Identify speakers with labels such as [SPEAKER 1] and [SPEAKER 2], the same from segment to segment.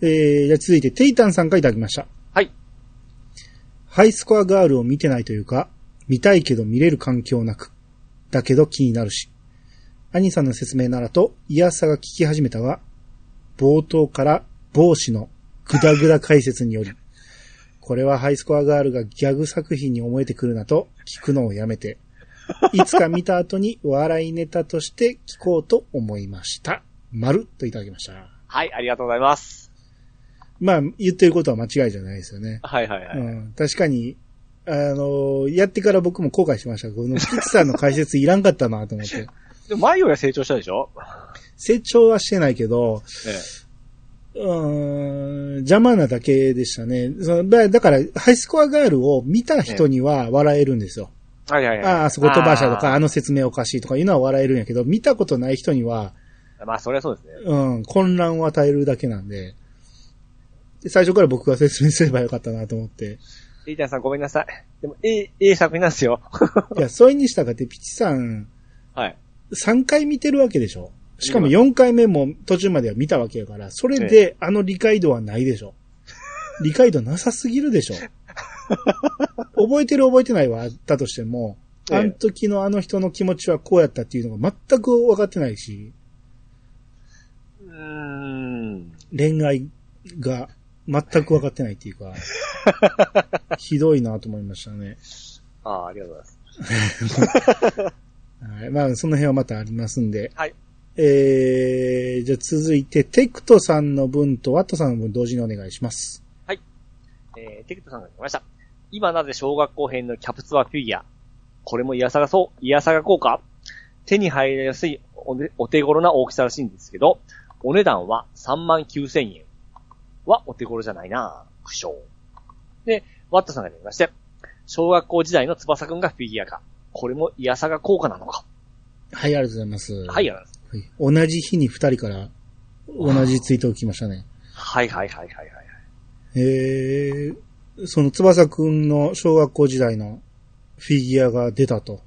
[SPEAKER 1] えー、じゃあ続いて、テイタンさんからいただきました。
[SPEAKER 2] はい。
[SPEAKER 1] ハイスコアガールを見てないというか、見たいけど見れる環境なく。だけど気になるし。兄さんの説明ならと、イヤさが聞き始めたが、冒頭から帽子のグダグダ解説により、これはハイスコアガールがギャグ作品に思えてくるなと聞くのをやめて、いつか見た後に笑いネタとして聞こうと思いました。まるっといただきました。
[SPEAKER 2] はい、ありがとうございます。
[SPEAKER 1] まあ、言ってることは間違いじゃないですよね。
[SPEAKER 2] はいはいはい。
[SPEAKER 1] うん、確かに、あのやってから僕も後悔しました。この、菊池さんの解説いらんかったなと思 って。
[SPEAKER 2] でも前よりは成長したでしょ
[SPEAKER 1] 成長はしてないけど、
[SPEAKER 2] え
[SPEAKER 1] うーん、邪魔なだけでしたね。そのだだから、ハイスコアガールを見た人には笑えるんですよ。
[SPEAKER 2] え。はいはいはい。
[SPEAKER 1] ああ、あそこ飛ばしたとか、あ
[SPEAKER 2] あ
[SPEAKER 1] の説明おかしいとかいうのは笑えるんやけど、見たことない人には、
[SPEAKER 2] ー。まあ、それはそうですね。
[SPEAKER 1] うん、混乱を与えるだけなんで、で最初から僕が説明すればよかったなと思って。
[SPEAKER 2] リータンさんごめんなさい。でも、いい、いい作品なんですよ。
[SPEAKER 1] いや、それにしたがって、ピチさん、
[SPEAKER 2] はい。
[SPEAKER 1] 3回見てるわけでしょしかも
[SPEAKER 2] 見
[SPEAKER 1] 4回目も途中までは見たわけやから、それであの理解度はないでしょ。 理解度なさすぎるでしょ。 覚えてる覚えてないはあったとしても、
[SPEAKER 2] ええ
[SPEAKER 1] あの時のあの人の気持ちはこうやったっていうのが全く分かってないし、
[SPEAKER 2] うーん。
[SPEAKER 1] 恋愛が全く分かってないっていう か、ひどいなと思いましたね。
[SPEAKER 2] ああ、ありがとうございます。
[SPEAKER 1] はいまあ、その辺はまたありますんで。
[SPEAKER 2] はい。
[SPEAKER 1] えー、じゃあ続いて、テクトさんの分とワットさんの分同時にお願いします。
[SPEAKER 2] えー、テクトさんが来ました。今なぜ小学校編のキャプツバフィギュア。これもイヤサガそう、イヤサガ効果手に入りやすいお,、ね、お手頃な大きさらしいんですけど、お値段は3万9000円。はお手頃じゃないな苦笑。で、ワットさんが出まして、小学校時代の翼くんがフィギュア化。これもイヤサガ効果なのか。
[SPEAKER 1] はい、ありがとうございます。
[SPEAKER 2] はい、やらです。
[SPEAKER 1] はい。同じ日に二人から同じツイートを来ましたね。
[SPEAKER 2] はいはいはいはいはい。
[SPEAKER 1] えー、その翼くんの小学校時代のフィギュアが出たと。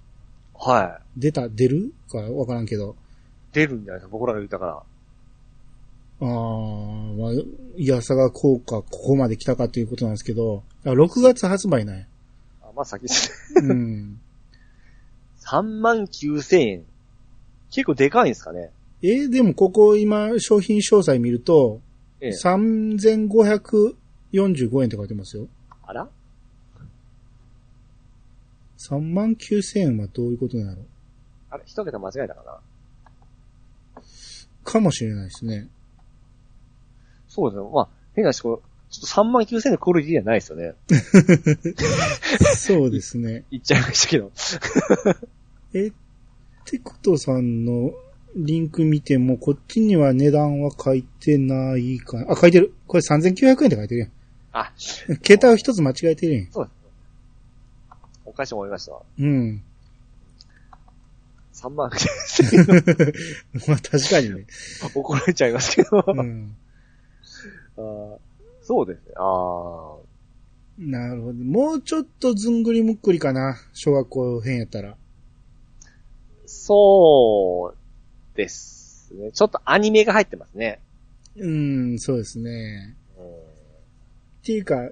[SPEAKER 2] はい。
[SPEAKER 1] 出た、出るかわからんけど。
[SPEAKER 2] 出るんじゃないですか、僕らが言ったから。
[SPEAKER 1] あー、まあ、いやさが効果、ここまで来たかということなんですけど、あ6月発売ね。
[SPEAKER 2] あまあ先ですね。
[SPEAKER 1] うん。
[SPEAKER 2] 3万9000円。結構でかいんですかね。
[SPEAKER 1] えーでもここ今、商品詳細見ると、
[SPEAKER 2] ええ。
[SPEAKER 1] 3545円って書いてますよ。
[SPEAKER 2] あら
[SPEAKER 1] 3万9000円はどういうことなの
[SPEAKER 2] あれ一桁間違えたかな
[SPEAKER 1] かもしれないです ね。
[SPEAKER 2] そうですね。まあ、変な話、こうちょっと3万9000円のクオリティじゃないですよね。
[SPEAKER 1] そうですね。
[SPEAKER 2] 言っちゃいましたけど。
[SPEAKER 1] え、テクトさんのリンク見ても、こっちには値段は書いてないかな。あ、書いてる。これ3900円って書いて る
[SPEAKER 2] あ、
[SPEAKER 1] やん。桁を一つ間違えてるやん。
[SPEAKER 2] おかしい思いましたわ。
[SPEAKER 1] うん。
[SPEAKER 2] 3万9000
[SPEAKER 1] まあ確かにね。
[SPEAKER 2] 円怒られちゃいますけど。あ
[SPEAKER 1] うん。
[SPEAKER 2] ーそうですね。ああ。
[SPEAKER 1] なるほど。もうちょっとずんぐりむっくりかな。小学校編やったら。
[SPEAKER 2] そうですね。ちょっとアニメが入ってますね。
[SPEAKER 1] うん、そうですね。
[SPEAKER 2] うん
[SPEAKER 1] っていうか、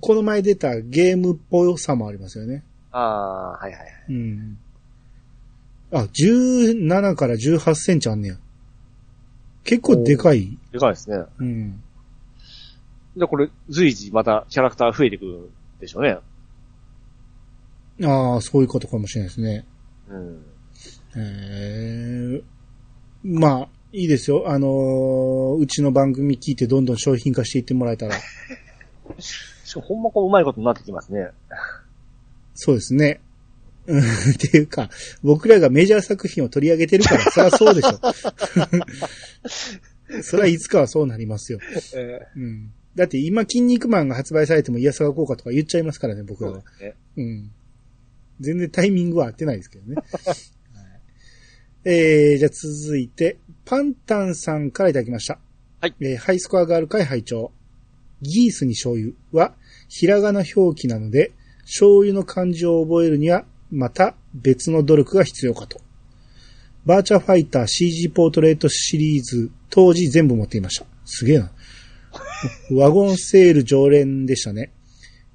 [SPEAKER 1] この前出たゲームっぽさもありますよね。
[SPEAKER 2] ああー、はいはいはい。
[SPEAKER 1] うん。あ、17から18センチあんねや。結構でかい。
[SPEAKER 2] でかいですね。
[SPEAKER 1] うん。
[SPEAKER 2] じゃあこれ、随時またキャラクター増えてくるんでしょうね。
[SPEAKER 1] ああ、そういうことかもしれないですね。
[SPEAKER 2] うん。
[SPEAKER 1] へえ。まあ、いいですよ。あのーうちの番組聞いてどんどん商品化していってもらえたら。
[SPEAKER 2] しかもほんまこう、うまいことになってきますね。
[SPEAKER 1] そうですね。うん っていうか、僕らがメジャー作品を取り上げてるから、そりゃそうでしょ。 そりゃいつかはそうなりますよ。
[SPEAKER 2] え
[SPEAKER 1] うん。だって今、筋肉マンが発売されても、イヤサガ効果とか言っちゃいますからね、僕
[SPEAKER 2] そ
[SPEAKER 1] ら
[SPEAKER 2] う
[SPEAKER 1] は
[SPEAKER 2] で。すね。
[SPEAKER 1] うん。全然タイミングは合ってないですけどね。 はい、えー、じゃあ続いて、パンタンさんからいただきました。
[SPEAKER 2] はい。
[SPEAKER 1] えーハイスコアガール会拝聴ギースに醤油は、ひらがな表記なので、醤油の漢字を覚えるには、また別の努力が必要かと。バー チャファイター CG ポートレートシリーズ、当時全部持っていました。すげえな。ワゴンセール常連でしたね。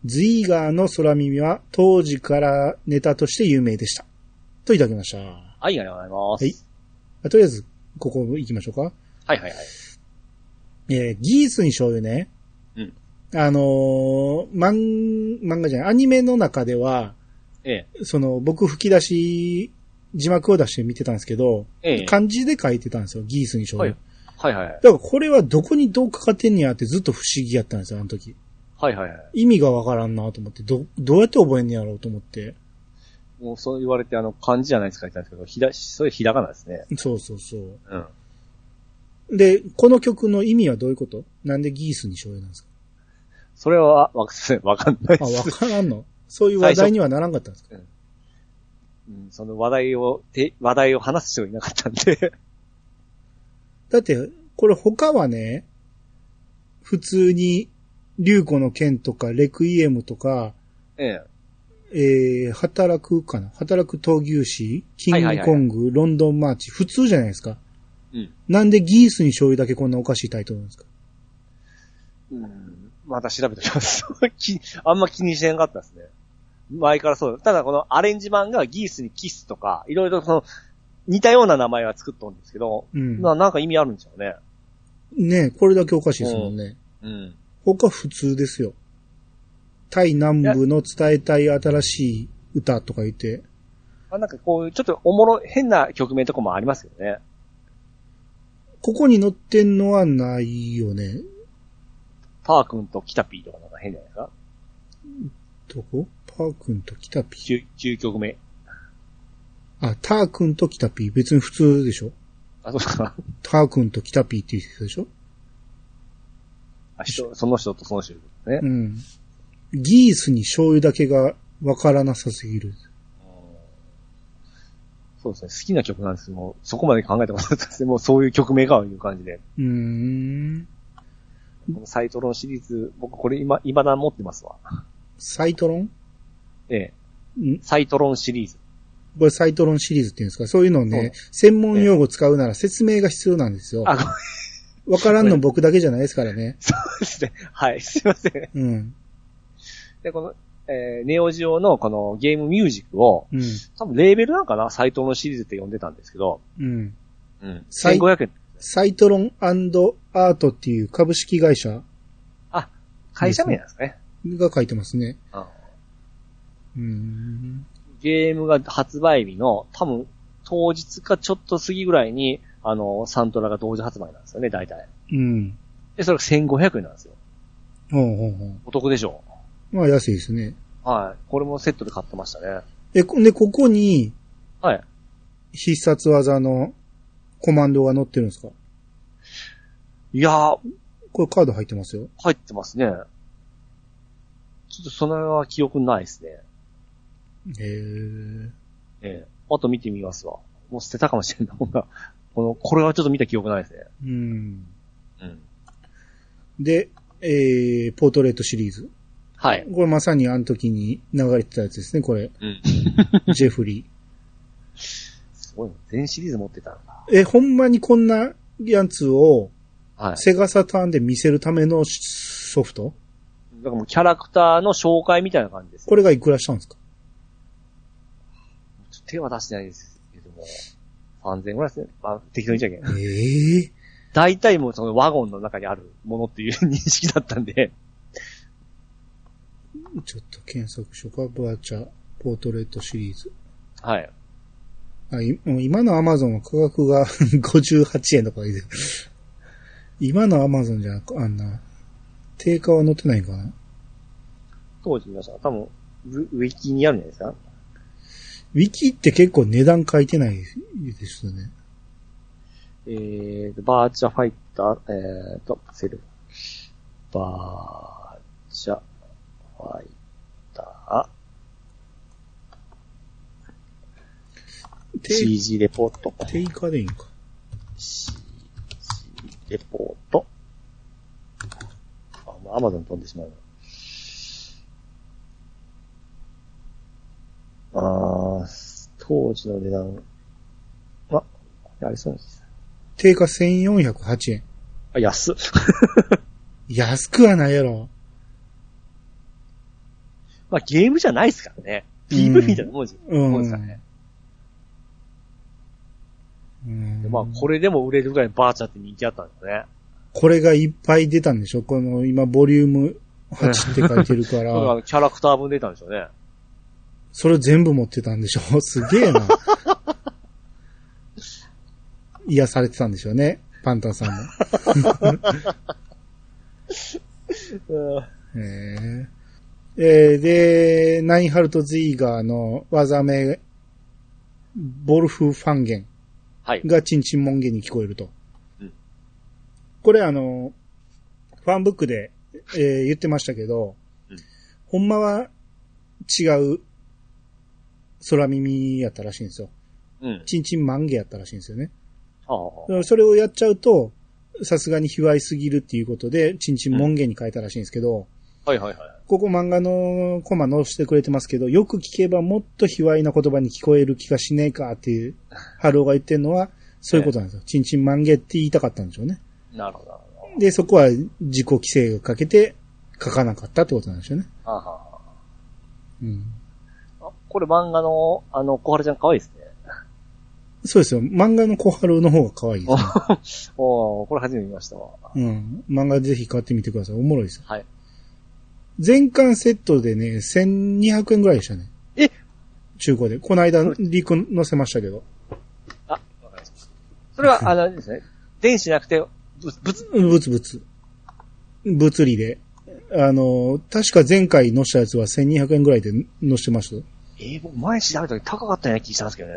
[SPEAKER 1] ズイーガーの空耳は当時からネタとして有名でした。といただきました。
[SPEAKER 2] ありがとうございます。
[SPEAKER 1] はいあとりあえず、ここ行きましょうか。
[SPEAKER 2] はいはいはい。
[SPEAKER 1] えーギースに醤油ね。
[SPEAKER 2] うん
[SPEAKER 1] あのー、漫、漫画じゃない、アニメの中では、
[SPEAKER 2] ええ。
[SPEAKER 1] その、僕吹き出し、字幕を出して見てたんですけど、
[SPEAKER 2] ええ。
[SPEAKER 1] 漢字で書いてたんですよ、ギースに醤油。
[SPEAKER 2] はいはいはい。
[SPEAKER 1] だからこれはどこにどうかかってんねやってずっと不思議やったんですよ、あの時。
[SPEAKER 2] はいはいはい。
[SPEAKER 1] 意味がわからんなと思って、ど、どうやって覚えんねやろうと思って。
[SPEAKER 2] もうそう言われて、あの、漢字じゃないですか言ったんですけど、ひだ、それひらがなですね。
[SPEAKER 1] そうそうそう。
[SPEAKER 2] うん。
[SPEAKER 1] で、この曲の意味はどういうことなんでギースに醤油なん ですか
[SPEAKER 2] それは、わか、わかんない
[SPEAKER 1] あ、
[SPEAKER 2] で
[SPEAKER 1] わ
[SPEAKER 2] す。
[SPEAKER 1] からんのそういう話題にはならんかったんですか
[SPEAKER 2] うん、その話題を、て話題を話す人がいなかったんで。
[SPEAKER 1] だって、これ他はね、普通に、竜子の剣とか、レクイエムとか、
[SPEAKER 2] ええ。
[SPEAKER 1] えー、働くかな働く闘牛士、キング
[SPEAKER 2] はいはい
[SPEAKER 1] コ
[SPEAKER 2] はい
[SPEAKER 1] ング、ロンドンマーチ、普通じゃないですか。
[SPEAKER 2] うん。
[SPEAKER 1] なんでギースに醤油だけこんなおかしいタイトルなんですか
[SPEAKER 2] うん。また調べておきます。 きあんま気にしてなかったですね。前からそうだ。ただこのアレンジ版がギースにキスとか、いろいろその、似たような名前は作っとんですけど、
[SPEAKER 1] うん。
[SPEAKER 2] まあなんか意味あるんでしょうね。
[SPEAKER 1] ねこれだけおかしいですもんね。
[SPEAKER 2] うん。
[SPEAKER 1] 他普通ですよ。タイ南部の伝えたい新しい歌とか言って、
[SPEAKER 2] まあなんかこういう、ちょっとおもろ、変な局面とかもありますよね。
[SPEAKER 1] ここに載ってんのはないよね。
[SPEAKER 2] パー君とキタピーとかなんか変じゃないですか
[SPEAKER 1] どこパー君とキタピー。
[SPEAKER 2] ?9、9曲目。
[SPEAKER 1] あ、ター君とキタピー、別に普通でしょ
[SPEAKER 2] あ、そう か。
[SPEAKER 1] ター君とキタピーっていう人でしょ
[SPEAKER 2] あ人その人とその人ですね。
[SPEAKER 1] うん。ギースに醤油だけがわからなさすぎる。
[SPEAKER 2] そうですね。好きな曲なんですけども、そこまで考えてもらったです ね。もうそういう曲名かという感じで。
[SPEAKER 1] うーん。
[SPEAKER 2] このサイトロンシリーズ、僕これ今、未だ持ってますわ。
[SPEAKER 1] サイトロン
[SPEAKER 2] ええ。
[SPEAKER 1] ん
[SPEAKER 2] サイトロンシリーズ。
[SPEAKER 1] これサイトロンシリーズっていうんですかそういうのをね、専門用語使うなら説明が必要なんですよ。
[SPEAKER 2] あ、ごめん
[SPEAKER 1] わからんの僕だけじゃないですからね。
[SPEAKER 2] そうですね。はい、すいません。
[SPEAKER 1] うん。
[SPEAKER 2] で、この、えーネオジオのこのゲームミュージックを、
[SPEAKER 1] うん。
[SPEAKER 2] 多分レーベルなんかなサイトロンシリーズって呼んでたんですけど、
[SPEAKER 1] うん。
[SPEAKER 2] うん。
[SPEAKER 1] サイ
[SPEAKER 2] 1500円。
[SPEAKER 1] サイトロンアートっていう株式会社
[SPEAKER 2] 会社名なんですかね。
[SPEAKER 1] が書いてますね。
[SPEAKER 2] あ
[SPEAKER 1] うーん。
[SPEAKER 2] ゲームが発売日の、多分、当日かちょっと過ぎぐらいに、あの、サントラが同時発売なんですよね、大体。
[SPEAKER 1] うん。
[SPEAKER 2] で、それが1500円なんですよ。
[SPEAKER 1] ほうほうほう。
[SPEAKER 2] お得でしょ
[SPEAKER 1] まあ安いですね。
[SPEAKER 2] はい。これもセットで買ってましたね。
[SPEAKER 1] え、こで、ここに
[SPEAKER 2] はい。
[SPEAKER 1] 必殺技のコマンドが載ってるんですか
[SPEAKER 2] いやー、
[SPEAKER 1] これカード入ってますよ。
[SPEAKER 2] 入ってますね。ちょっとその辺は記憶ないですね。
[SPEAKER 1] へえ。
[SPEAKER 2] ええあと見てみますわ。もう捨てたかもしれない。ほんな この、これはちょっと見た記憶ないですね。
[SPEAKER 1] うん。
[SPEAKER 2] うん。
[SPEAKER 1] で、えー、ポートレートシリーズ。
[SPEAKER 2] はい。
[SPEAKER 1] これまさにあの時に流れてたやつですね、これ。
[SPEAKER 2] うん。
[SPEAKER 1] ジェフリ
[SPEAKER 2] すごいな。全シリーズ持ってたんだ。
[SPEAKER 1] ー。え、ほんまにこんなやつを
[SPEAKER 2] はい。
[SPEAKER 1] セガサターンで見せるためのソフト
[SPEAKER 2] だからもうキャラクターの紹介みたいな感じです。
[SPEAKER 1] これがいくらしたんですか
[SPEAKER 2] ちょっと手は出してないですけども。3000円ぐらいですね。まあ、適当に言っちゃいけない。
[SPEAKER 1] ええ
[SPEAKER 2] 大体もうそのワゴンの中にあるものっていう認識だったんで。
[SPEAKER 1] ちょっと検索しようか。バーチャーポートレートシリーズ。
[SPEAKER 2] はい。
[SPEAKER 1] あいもう今のアマゾンは価格が 58円とかで。今のアマゾンじゃあんな。定価は載ってないんかな。
[SPEAKER 2] 当時見ました。多分、ウウィキにあるんじゃないですか
[SPEAKER 1] ウィキって結構値段書いてないですよね。
[SPEAKER 2] えーと、バーチャファイター、えーと、セル。バーチャファイター、
[SPEAKER 1] 定
[SPEAKER 2] CG レポート。
[SPEAKER 1] 定価でいいんか。
[SPEAKER 2] CG レポート。あ、もうアマゾン飛んでしまうな。あー、当時の値段。あ、これありそうです。
[SPEAKER 1] 定価1408円。
[SPEAKER 2] あ、安っ。
[SPEAKER 1] 安くはないやろ。
[SPEAKER 2] まあゲームじゃないですからね。
[SPEAKER 1] うん
[SPEAKER 2] PV みたいなもんじゃ、
[SPEAKER 1] うん
[SPEAKER 2] もんですからね。
[SPEAKER 1] うん
[SPEAKER 2] でまあこれでも売れるぐらいバーチャーって人気あったんですね。
[SPEAKER 1] これがいっぱい出たんでしょこの、今、ボリューム8って書いてるか、
[SPEAKER 2] だ かららキャラクター分出たんでしょうね。
[SPEAKER 1] それを全部持ってたんでしょ すげえな。癒されてたんでしょうね。パンタンさんも。へええーで、ナインハルト・ズイーガーの技名、ボルフ・ファンゲン
[SPEAKER 2] はい。
[SPEAKER 1] がチンチンモンゲンに聞こえると。
[SPEAKER 2] うん
[SPEAKER 1] これあの、ファンブックで、えー言ってましたけど、
[SPEAKER 2] うん
[SPEAKER 1] ほんまは違う空耳やったらしいんですよ。
[SPEAKER 2] うん。
[SPEAKER 1] チンチンマンゲやったらしいんですよね。
[SPEAKER 2] ああ。
[SPEAKER 1] だからそれをやっちゃうと、さすがに卑猥すぎるっていうことで、チンチンモンゲンに変えたらしいんですけど、
[SPEAKER 2] はいはいはい。
[SPEAKER 1] ここ漫画のコマ載してくれてますけど、よく聞けばもっと卑猥な言葉に聞こえる気がしねえかっていう、春尾が言ってるのは、そういうことなんですよ。ちんちんまんげって言いたかったんでしょうね。
[SPEAKER 2] なるほどなるほ
[SPEAKER 1] で、そこは自己規制をかけて書かなかったってことなんでしょうね。
[SPEAKER 2] ど。ああ
[SPEAKER 1] うん。
[SPEAKER 2] あこれ漫画の、あの、小春ちゃん可愛いですね。
[SPEAKER 1] そうですよ。漫画の小春の方が可愛いです、ね。
[SPEAKER 2] おー、これ初めて見ましたわ。
[SPEAKER 1] うん。漫画ぜひ買ってみてください。おもろいですよ。
[SPEAKER 2] はい。
[SPEAKER 1] 全巻セットでね、1200円ぐらいでしたね。
[SPEAKER 2] え
[SPEAKER 1] 中古で。この間、リク載せましたけど。
[SPEAKER 2] あ、わかりました。それ は、あの、あれですね。電子じゃなくて、ぶつ、ぶつ、
[SPEAKER 1] ぶつぶつ。物理で。あの、確か前回載したやつは1200円ぐらいで載してまし
[SPEAKER 2] えー、僕前調べた時高かったような気したんですけどね。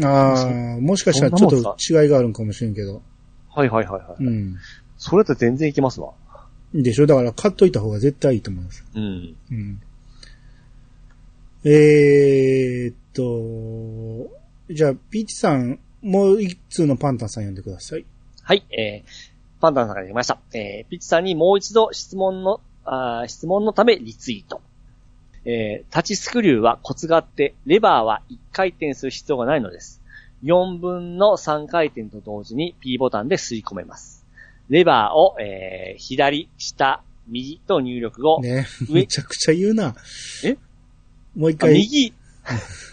[SPEAKER 1] た。ああ、もしかしたらちょっと違いがあるんかもしれんけど。
[SPEAKER 2] はいはいはいはい。
[SPEAKER 1] うん。
[SPEAKER 2] それだと全然いけますわ。
[SPEAKER 1] でしょだから買っといた方が絶対いいと思います。
[SPEAKER 2] うん。
[SPEAKER 1] うん。えー、っと、じゃあ、ピーチさん、もう一通のパンタンさん読んでください。
[SPEAKER 2] はい、えー、パンダさんから来ました。えー、ピッチさんにもう一度質問の、あー質問のためリツイート。えー、立ちスクリューはコツがあって、レバーは1回転する必要がないのです。4分の3回転と同時に P ボタンで吸い込めます。レバーを、えー、左、下、右と入力を、
[SPEAKER 1] ね。
[SPEAKER 2] 上
[SPEAKER 1] めちゃくちゃ言うな。
[SPEAKER 2] え
[SPEAKER 1] もう一
[SPEAKER 2] あ
[SPEAKER 1] 回。
[SPEAKER 2] 右、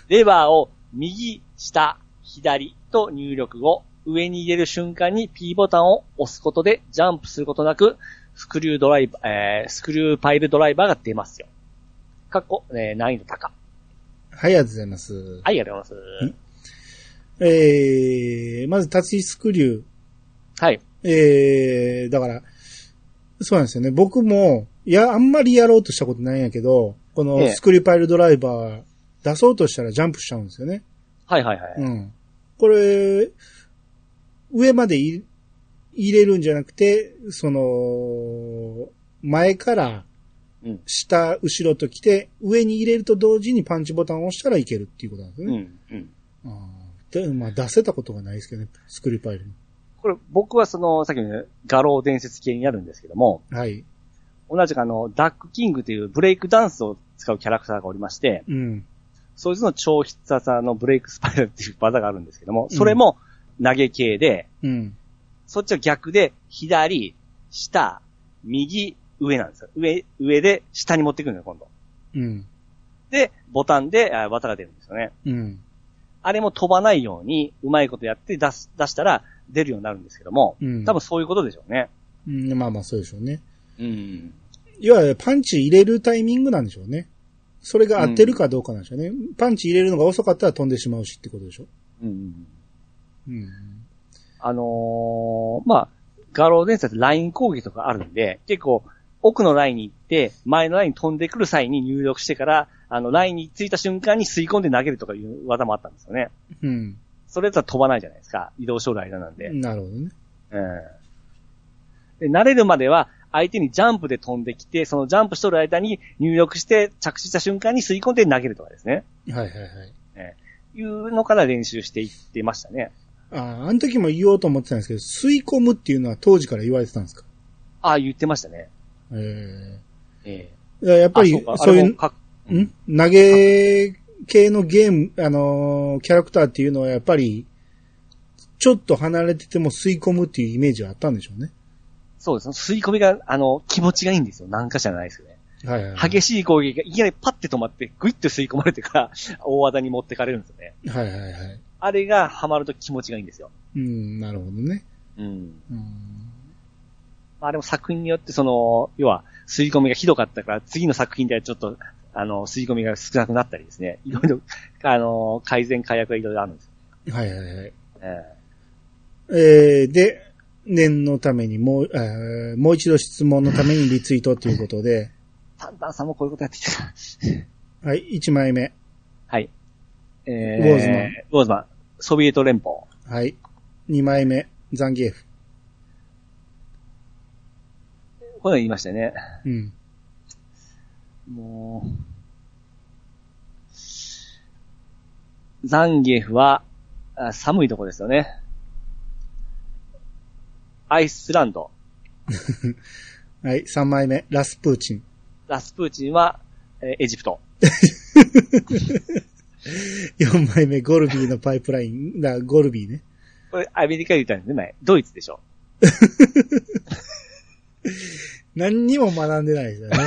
[SPEAKER 2] レバーを右、下、左と入力後、上に入れる瞬間に P ボタンを押すことでジャンプすることなく、スクリュードライバー、えースクリューパイルドライバーが出ますよ。かっこ、えー難易度高。
[SPEAKER 1] はい、ありがとうございます。
[SPEAKER 2] はい、ありがとうござい
[SPEAKER 1] んえー、まず、タッチスクリュー。
[SPEAKER 2] ます。はい。
[SPEAKER 1] えー、だから、そうなんですよね。僕も、いや、あんまりやろうとしたことないんやけど、こ
[SPEAKER 2] え
[SPEAKER 1] の
[SPEAKER 2] え
[SPEAKER 1] スクリューパイルドライバー出そうとしたらジャンプしちゃうんですよね。
[SPEAKER 2] はいはいはい。
[SPEAKER 1] うん。これ、上までい入れるんじゃなくて、その、前から
[SPEAKER 2] うん、
[SPEAKER 1] 下、後ろと来て、上に入れると同時にパンチボタンを押したらいけるっていうことなんです
[SPEAKER 2] う
[SPEAKER 1] よね。
[SPEAKER 2] ん、うん。
[SPEAKER 1] あーでまあ、出せたことがないですけどね、スクリューパイルに。
[SPEAKER 2] これ、僕はその、さっきの画廊伝説系になるんですけども、
[SPEAKER 1] はい。
[SPEAKER 2] 同じくあの、ダックキングというブレイクダンスを使うキャラクターがおりまして、
[SPEAKER 1] うん。
[SPEAKER 2] そいつの超必殺技のブレイクスパイラルっていう技があるんですけども、それも投げ系で、
[SPEAKER 1] うん。
[SPEAKER 2] そっちは逆で、左、下、右、上なんですよ。上、上で下に持ってくるのよ、今度。
[SPEAKER 1] うん。
[SPEAKER 2] で、ボタンであ技が出るんですよね。
[SPEAKER 1] うん。
[SPEAKER 2] あれも飛ばないように、うまいことやって出す、出したら出るようになるんですけども、
[SPEAKER 1] うん。
[SPEAKER 2] 多分そういうことでしょうね。
[SPEAKER 1] うん、まあまあそうでしょうね。
[SPEAKER 2] うん。
[SPEAKER 1] いわゆるパンチ入れるタイミングなんでしょうね。それが合ってるかどうかなんでしょうね。パンチ入れるのが遅かったら飛んでしまうしってことでしょ。
[SPEAKER 2] うん。
[SPEAKER 1] うん。
[SPEAKER 2] あのー、まあ、画廊伝説ライン攻撃とかあるんで、結構、奥のラインに行って、前のラインに飛んでくる際に入力してから、あの、ラインに着いた瞬間に吸い込んで投げるとかいう技もあったんですよね。
[SPEAKER 1] うん。
[SPEAKER 2] それだったら飛ばないじゃないですか。移動障害なんで。
[SPEAKER 1] なるほどね。
[SPEAKER 2] うん。で、慣れるまでは、相手にジャンプで飛んできて、そのジャンプしとる間に入力して、着地した瞬間に吸い込んで投げるとかですね。
[SPEAKER 1] はいはいはい。
[SPEAKER 2] いうのから練習していってましたね。
[SPEAKER 1] ああ、あの時も言おうと思ってたんですけど、吸い込むっていうのは当時から言われてたんですか
[SPEAKER 2] ああ、言ってましたね。
[SPEAKER 1] ええ
[SPEAKER 2] ええ
[SPEAKER 1] だからやっぱり、
[SPEAKER 2] あか
[SPEAKER 1] そうい
[SPEAKER 2] あれも
[SPEAKER 1] う、
[SPEAKER 2] かっ
[SPEAKER 1] ん投げ系のゲーム、あのーキャラクターっていうのはやっぱり、ちょっと離れてても吸い込むっていうイメージはあったんでしょうね。
[SPEAKER 2] そうですね。吸い込みが、あの、気持ちがいいんですよ。なんかじゃないですよね。
[SPEAKER 1] はいはい。
[SPEAKER 2] 激しい攻撃がいきなりパッて止まって、グイッと吸い込まれて から、大技に持ってかれるんですよね。
[SPEAKER 1] い。はいはいはい。
[SPEAKER 2] あれがハマると気持ちがいいんですよ。
[SPEAKER 1] うん、なるほどね。
[SPEAKER 2] うん。
[SPEAKER 1] うん。
[SPEAKER 2] まあでも作品によってその、要は、吸い込みがひどかったから、次の作品ではちょっと、あの、吸い込みが少なくなったりですね。いろいろ、あの、改善改悪がいろいろあるんです
[SPEAKER 1] はいはいはい。
[SPEAKER 2] よね。
[SPEAKER 1] えー、で、念のためにもう、えーもう一度質問のためにリツイートということで、
[SPEAKER 2] サンダンさんもこういうことやってきた。
[SPEAKER 1] はい、1枚目。
[SPEAKER 2] はい。えー、
[SPEAKER 1] ウォーズマン。
[SPEAKER 2] ウォーズマン。ソビエト連邦。
[SPEAKER 1] はい、2枚目、ザンギエフ。
[SPEAKER 2] こういうの言いましたよね。
[SPEAKER 1] うん。
[SPEAKER 2] もう、ザンギエフは、あ寒いとこですよね。アイスランド。
[SPEAKER 1] はい、3枚目、ラスプーチン。
[SPEAKER 2] ラスプーチンは、えーエジプト。
[SPEAKER 1] 4枚目、ゴルビーのパイプライン。だ、ゴルビーね。
[SPEAKER 2] これ、アメリカで言ったんですね、前。ドイツでしょ。
[SPEAKER 1] 何にも学んでない ですよね。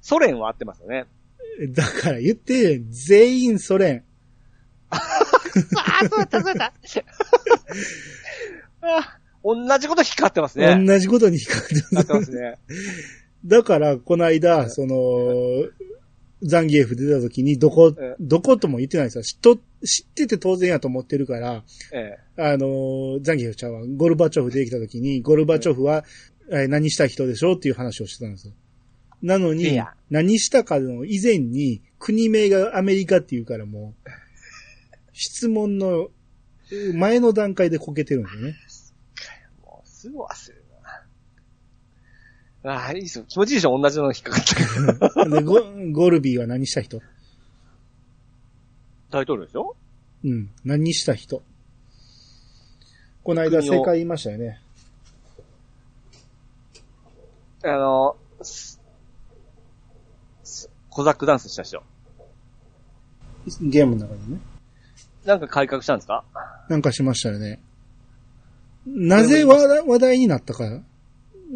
[SPEAKER 2] ソ連は合ってますよね。
[SPEAKER 1] だから言って、全員ソ連。
[SPEAKER 2] ああ、そうだった、そうだった。 あー同じこと引っかかってますね。引っ
[SPEAKER 1] 同じことに引っかかって
[SPEAKER 2] かか
[SPEAKER 1] ま
[SPEAKER 2] っ
[SPEAKER 1] す
[SPEAKER 2] てますね。
[SPEAKER 1] だから、この間、その、ザンギエフ出た時に、どこ
[SPEAKER 2] ええ、
[SPEAKER 1] どことも言ってないんですよ。知っと、知ってて当然やと思ってるから、
[SPEAKER 2] え
[SPEAKER 1] あのー、ザンギエフちゃんは、ゴルバチョフ出てきた時に、ゴルバチョフは、えー何した人でしょうっていう話をしてたんですよ。なの
[SPEAKER 2] い
[SPEAKER 1] に
[SPEAKER 2] や、
[SPEAKER 1] 何したかの以前に、国名がアメリカっていうからもう、質問の前の段階でこけてるんですよね。
[SPEAKER 2] えもう、すぐ忘れるな。ああー、いいですよ。気持ちいいでしょ同じの引っかかった から。
[SPEAKER 1] でゴゴルビーは何した人
[SPEAKER 2] 大統領でしょ
[SPEAKER 1] うん。何した人。この間、
[SPEAKER 2] 国を
[SPEAKER 1] 世界いましたよね。
[SPEAKER 2] あの、すすコザックダンスした人。
[SPEAKER 1] ゲームの中でね。
[SPEAKER 2] なんか改革したんですか
[SPEAKER 1] なんかしましたよね。なぜ話題話題になったか、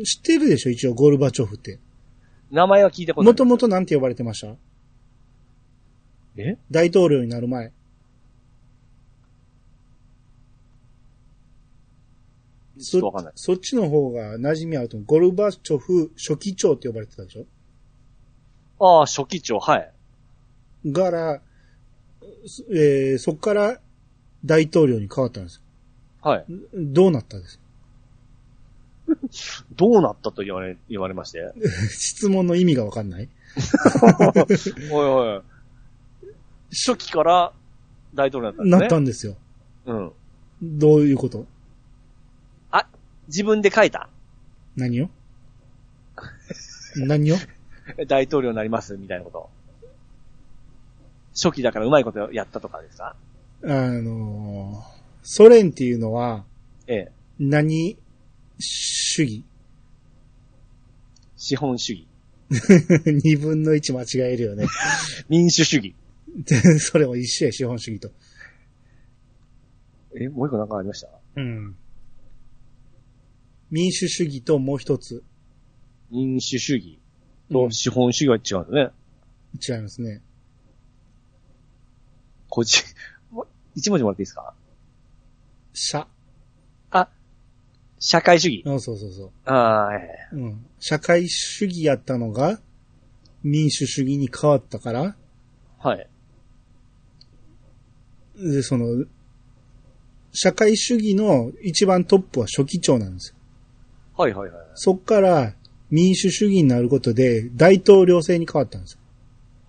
[SPEAKER 1] 知ってるでしょ一応、ゴルバチョフって。
[SPEAKER 2] 名前は聞いたことない。
[SPEAKER 1] もともとなんて呼ばれてました
[SPEAKER 2] え
[SPEAKER 1] 大統領になる前。
[SPEAKER 2] ちょっとわかんない。
[SPEAKER 1] そっちの方が馴染みあると思う。ゴルバチョフ初期長って呼ばれてたでしょ
[SPEAKER 2] ああ、初期長、はい。
[SPEAKER 1] から、すえーそっから大統領に変わったんです
[SPEAKER 2] はい。
[SPEAKER 1] よ。どうなったんです
[SPEAKER 2] どうなったと言われ、言われま して。
[SPEAKER 1] 質問の意味がわかん ない
[SPEAKER 2] おいおい。初期から大統領だったんですね。
[SPEAKER 1] なったんですよ。
[SPEAKER 2] うん。
[SPEAKER 1] どういうこと
[SPEAKER 2] 自分で書いた。
[SPEAKER 1] 何 を何を
[SPEAKER 2] 大統領になります、みたいなこと。初期だからうまいことやったとかですか
[SPEAKER 1] あのーソ連っていうのは
[SPEAKER 2] ええ。
[SPEAKER 1] 何主義
[SPEAKER 2] 資本主義。
[SPEAKER 1] 二分の一間違えるよね。
[SPEAKER 2] 民主主義。
[SPEAKER 1] それも一緒や、資本主義と。
[SPEAKER 2] え、もう一個なんかありました
[SPEAKER 1] うん。民主主義ともう一つ。
[SPEAKER 2] 民主主義
[SPEAKER 1] う
[SPEAKER 2] と
[SPEAKER 1] ん
[SPEAKER 2] 資本主義は違うんですね。
[SPEAKER 1] 違いますね。
[SPEAKER 2] 個人、 もう一文字もらっていいですか
[SPEAKER 1] 社。
[SPEAKER 2] 社会主義。
[SPEAKER 1] あそうそうそ
[SPEAKER 2] ああ、ええ。
[SPEAKER 1] う。うん。社会主義やったのが民主主義に変わったから、
[SPEAKER 2] はい。
[SPEAKER 1] で、その、社会主義の一番トップは初期長なんですよ。
[SPEAKER 2] はいはいはい。
[SPEAKER 1] そっから民主主義になることで大統領制に変わったんです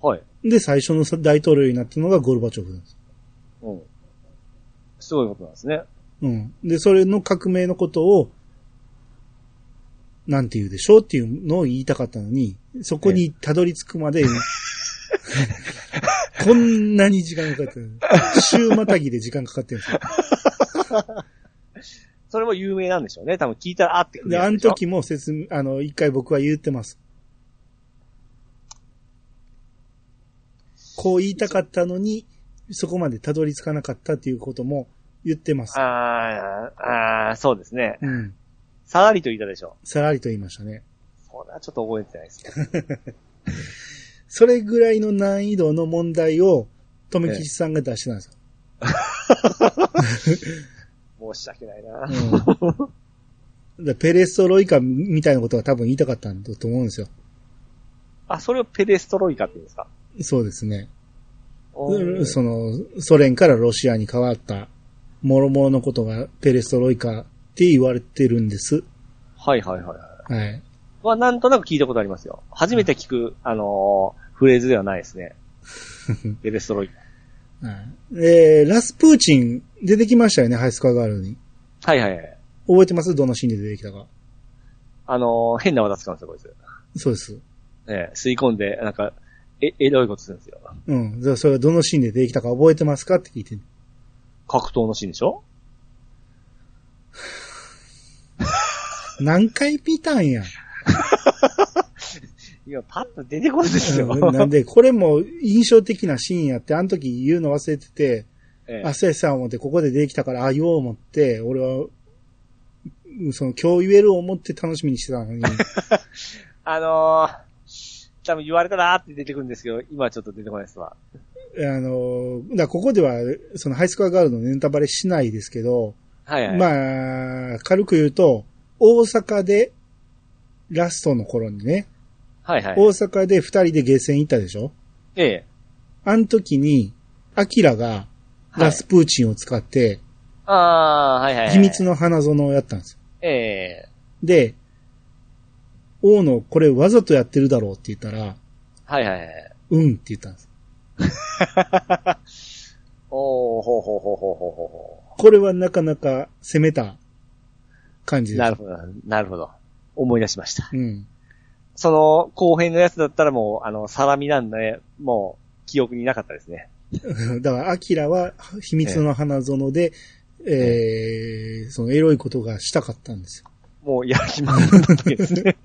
[SPEAKER 2] はい。
[SPEAKER 1] よ。で、最初の大統領になったのがゴルバチョフなんです。
[SPEAKER 2] うん。すごいことなんですね。
[SPEAKER 1] うん。で、それの革命のことを、なんて言うでしょうっていうのを言いたかったのに、そこにたどり着くまで、 こんなに時間かかってる。週またぎで時間かかってるんですよ。
[SPEAKER 2] それも有名なんでしょうね。多分聞いたらあってくる
[SPEAKER 1] で、
[SPEAKER 2] や
[SPEAKER 1] あ
[SPEAKER 2] つ
[SPEAKER 1] の
[SPEAKER 2] でしょ。
[SPEAKER 1] 時も説明、あの、一回僕は言ってます。こう言いたかったのに、そこまでたどり着かなかったっていうことも、言ってます。
[SPEAKER 2] あー、あー、そうですね。
[SPEAKER 1] うん。
[SPEAKER 2] さらりと言ったでしょ。
[SPEAKER 1] さらりと言いましたね。
[SPEAKER 2] それはちょっと覚えてないですね。
[SPEAKER 1] それぐらいの難易度の問題を、とめきちさんが出してたんですよ。
[SPEAKER 2] 申し訳ないな。
[SPEAKER 1] うん、だからペレストロイカみたいなことが多分言いたかったんだと思うんですよ。
[SPEAKER 2] あ、それをペレストロイカって言うんですか
[SPEAKER 1] そうですね。
[SPEAKER 2] おー
[SPEAKER 1] その、ソ連からロシアに変わった、諸々のことがペレストロイカって言われてるんです。
[SPEAKER 2] はいはいはいはい。
[SPEAKER 1] はい。
[SPEAKER 2] は、なんとなく聞いたことありますよ。初めて聞く、あのーフレーズではないで すね。ペレストロイ
[SPEAKER 1] はい、えー、ラスプーチン出てきましたよね、ハイスコアガールに。
[SPEAKER 2] カ。はいはいはい。
[SPEAKER 1] 覚えてますどのシーンで出てきたか。
[SPEAKER 2] あのー変な技使うんですよ、こいつ。
[SPEAKER 1] そうです。
[SPEAKER 2] ええ、吸い込んで、なんか、え、エロいことするんですよ。
[SPEAKER 1] うん。じゃあそれはどのシーンで出てきたか覚えてますかって聞いてる。
[SPEAKER 2] 格闘のシーンでしょ
[SPEAKER 1] 何回見たんや。
[SPEAKER 2] いや、パッと出てこるで しょ。
[SPEAKER 1] うんなんで、これも印象的なシーンやって、あの時言うの忘れてて、
[SPEAKER 2] ええ
[SPEAKER 1] あ、そうやそうや思って、ここで出てきたから、あ、言おう思って、俺は、うんその、今日言える思って楽しみにしてたのに。
[SPEAKER 2] あのー、多分言われたらーって出てくるんですけど、今はちょっと出てこないですわ。
[SPEAKER 1] あの、だからここでは、そのハイスコアガールのネタバレしないですけど、
[SPEAKER 2] はいはい。
[SPEAKER 1] まあ、軽く言うと、大阪で、ラストの頃にね、
[SPEAKER 2] はいはい
[SPEAKER 1] 大。阪で二人でゲーセン行ったでしょ
[SPEAKER 2] ええ。
[SPEAKER 1] あの時に、アキラが
[SPEAKER 2] はい
[SPEAKER 1] ラスプーチンを使って、
[SPEAKER 2] ああー、はいはいはい。
[SPEAKER 1] 秘密の花園をやったんですよ。
[SPEAKER 2] ええ。
[SPEAKER 1] で、大野、これわざとやってるだろうって言ったら、
[SPEAKER 2] はいはいはい。
[SPEAKER 1] うんって言ったんです。
[SPEAKER 2] おー、ほうほうほうほうほうほうほ
[SPEAKER 1] これはなかなか攻めた感じ
[SPEAKER 2] う。
[SPEAKER 1] です
[SPEAKER 2] な。るほど、なるほど。思い出しました。
[SPEAKER 1] うん。
[SPEAKER 2] その、後編のやつだったらもう、あの、サラミなんで、もう、記憶になかったですね。
[SPEAKER 1] だから、アキラは秘密の花園で、えーそのエロいことがしたかったんですよ。
[SPEAKER 2] もう、やる気満々だったですね。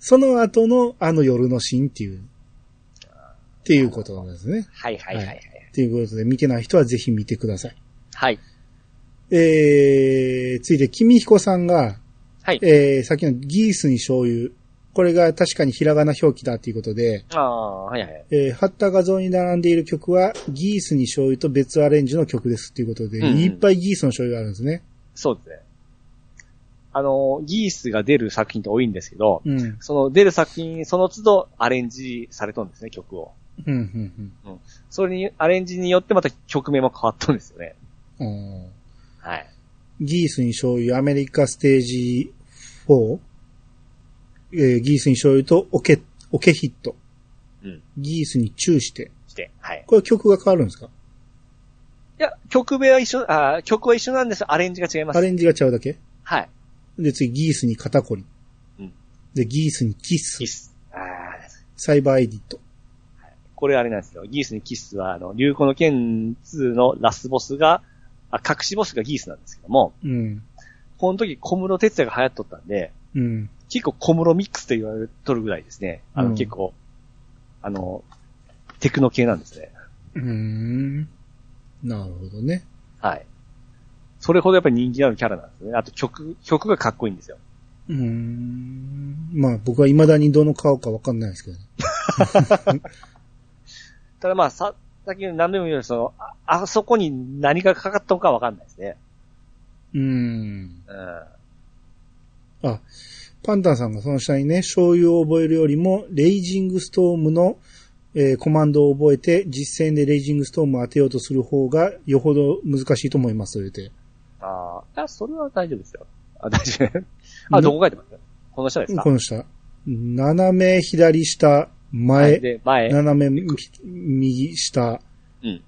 [SPEAKER 1] その後のあの夜のシーンっていう、っていうことなんですね。
[SPEAKER 2] はいはいはいは。
[SPEAKER 1] はいということで、見てない人はぜひ見てください。
[SPEAKER 2] はい。
[SPEAKER 1] えー、ついて、君彦さんが、
[SPEAKER 2] はい。
[SPEAKER 1] えー、さっきのギースに醤油。これが確かにひらがな表記だっていうことで、
[SPEAKER 2] ああ、はいはい。
[SPEAKER 1] えー、貼った画像に並んでいる曲は、ギースに醤油と別アレンジの曲ですっていうことで、
[SPEAKER 2] うんうん
[SPEAKER 1] いっぱいギースの醤油があるんですね。
[SPEAKER 2] そうですね。あの、ギースが出る作品って多いんですけど、
[SPEAKER 1] うん。うん、
[SPEAKER 2] その出る作品、その都度アレンジされたんですね、曲を。
[SPEAKER 1] うん、うん。
[SPEAKER 2] それに、アレンジによってまた曲名も変わったんですよね。
[SPEAKER 1] うん
[SPEAKER 2] はい。
[SPEAKER 1] ギースに醤油、アメリカステージ 4? えーギースに醤油とオケ、オケヒット。
[SPEAKER 2] うん
[SPEAKER 1] ギースにチューして。
[SPEAKER 2] して、はい。
[SPEAKER 1] これ曲が変わるんですか
[SPEAKER 2] いや、曲名は一緒、あー曲は一緒なんですアレンジが違いま
[SPEAKER 1] ア
[SPEAKER 2] す。
[SPEAKER 1] レンジが違うだけ
[SPEAKER 2] はい。
[SPEAKER 1] で、次、ギースに肩こり。
[SPEAKER 2] うん
[SPEAKER 1] で、ギースにキス
[SPEAKER 2] ギ。ス。あー
[SPEAKER 1] サイバーエディット。
[SPEAKER 2] これあれなんですよ。ギースにキスは、あの、流行の剣2のラスボスが、あ、隠しボスがギースなんですけども、
[SPEAKER 1] うん。
[SPEAKER 2] この時小室哲也が流行っとったんで、
[SPEAKER 1] うん。
[SPEAKER 2] 結構小室ミックスと言われとるぐらいですね。あの、
[SPEAKER 1] うん
[SPEAKER 2] 結構、あの、テクノ系なんですね。
[SPEAKER 1] うーん。なるほどね。
[SPEAKER 2] はい。それほどやっぱり人気のあるキャラなんですね。あと曲、曲がかっこいいんですよ。
[SPEAKER 1] うーん。まあ僕は未だにどの顔かわかんないですけどね。
[SPEAKER 2] ただまあ、さ、さっきの何でも言うように、その、あ、あそこに何がかかったのかわかんないですね。
[SPEAKER 1] うーん。
[SPEAKER 2] うん。
[SPEAKER 1] あ、パンタンさんがその下にね、醤油を覚えるよりも、レイジングストームの、えーコマンドを覚えて、実践でレイジングストームを当てようとする方が、よほど難しいと思います、と言うて。
[SPEAKER 2] ああ、それは大丈夫ですよ。あ、大丈夫。あ、どこ書いてますこの人ですか
[SPEAKER 1] この下。斜め左下、前、
[SPEAKER 2] はいで、前。
[SPEAKER 1] 斜め右下、
[SPEAKER 2] うん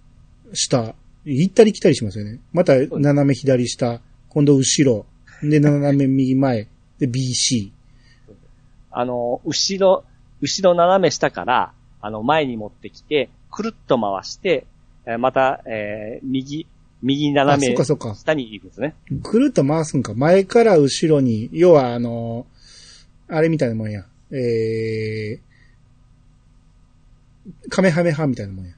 [SPEAKER 1] 下、行ったり来たりしますよね。また、
[SPEAKER 2] す
[SPEAKER 1] 斜め左下、今度後ろ、で、斜め右前、で、BC。
[SPEAKER 2] あの、後ろ、後ろ斜め下から、あの、前に持ってきて、くるっと回して、えーまた、えー右、右
[SPEAKER 1] あ、
[SPEAKER 2] 斜
[SPEAKER 1] そっ
[SPEAKER 2] め
[SPEAKER 1] かそっか。
[SPEAKER 2] 下に行くんですね。
[SPEAKER 1] ぐるっと回すんか。前から後ろに、要はあの、あれみたいなもんや。えー、カメハメハみたいなもんや。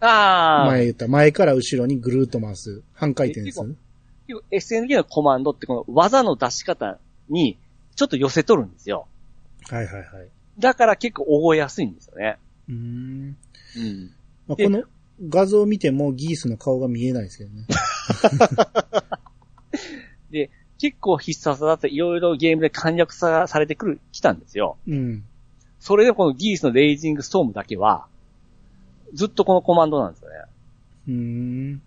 [SPEAKER 2] ああ、
[SPEAKER 1] 前言った、前から後ろにぐるーっと回す。半回転ですよね。
[SPEAKER 2] SND のコマンドってこの技の出し方にちょっと寄せとるんですよ。
[SPEAKER 1] はいはいはい。
[SPEAKER 2] だから結構覚えやすいんですよね。
[SPEAKER 1] うーん。
[SPEAKER 2] うん。
[SPEAKER 1] まあ、
[SPEAKER 2] で
[SPEAKER 1] この画像を見てもギースの顔が見えないですけどね。
[SPEAKER 2] 結構必殺技っていろいろゲームで簡略さされてくる、来たんですよ。
[SPEAKER 1] うん。
[SPEAKER 2] それでこのギースのレイジングストームだけは、ずっとこのコマンドなんですよね。
[SPEAKER 1] うーん。
[SPEAKER 2] うん。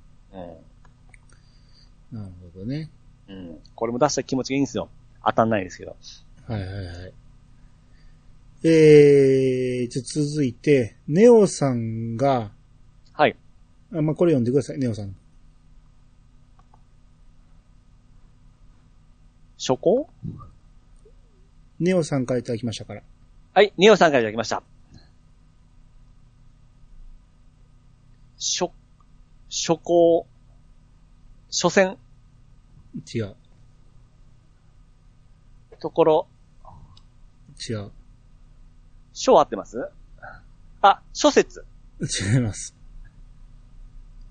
[SPEAKER 1] なるほどね。
[SPEAKER 2] うん。これも出した気持ちがいいんですよ。当たんないですけど。
[SPEAKER 1] はいはいはい。えー、じゃあ続いて、ネオさんが、
[SPEAKER 2] はい。
[SPEAKER 1] あ、まあ、これ読んでください、ネオさん。
[SPEAKER 2] 初行
[SPEAKER 1] ネオさんからいただきましたから。
[SPEAKER 2] はい、ネオさんからいただきました。初、初行、初戦、
[SPEAKER 1] 違う、
[SPEAKER 2] ところ、
[SPEAKER 1] 違う、
[SPEAKER 2] 初合ってますあ、諸説。
[SPEAKER 1] 違います。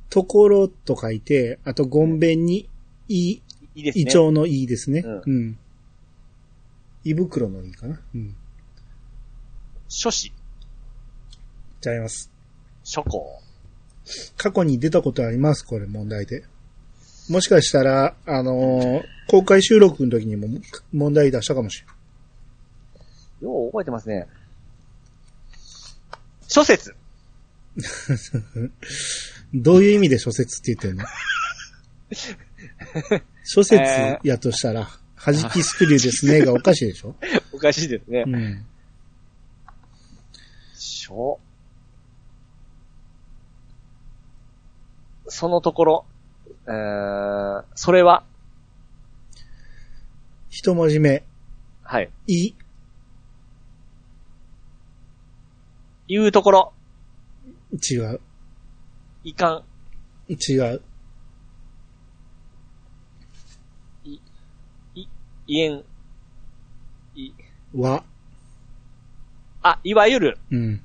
[SPEAKER 1] ところと書いて、あと、ごんべんに、い、
[SPEAKER 2] いいです
[SPEAKER 1] 胃
[SPEAKER 2] ね。
[SPEAKER 1] 腸のいいですね。
[SPEAKER 2] う
[SPEAKER 1] うん。胃袋のいいかな。うん。
[SPEAKER 2] 諸子、
[SPEAKER 1] ちゃいます。
[SPEAKER 2] 諸行。
[SPEAKER 1] 過去に出たことあります、これ問題で。もしかしたら、あのー公開収録の時にも問題出したかもしれない。
[SPEAKER 2] よう覚えてますね。諸説。
[SPEAKER 1] どういう意味で諸説って言ってるの 諸説やとしたら、弾きスクリューですねがおかしいでしょ、
[SPEAKER 2] おかしいですね
[SPEAKER 1] う。ん、
[SPEAKER 2] 諸、そのところ、えー、それは、
[SPEAKER 1] 一文字目、
[SPEAKER 2] はい。
[SPEAKER 1] い、
[SPEAKER 2] いうところ、
[SPEAKER 1] 違う、
[SPEAKER 2] いかん、
[SPEAKER 1] 違う、
[SPEAKER 2] いえん、い、
[SPEAKER 1] わ、
[SPEAKER 2] あ、いわゆる。
[SPEAKER 1] うん。
[SPEAKER 2] い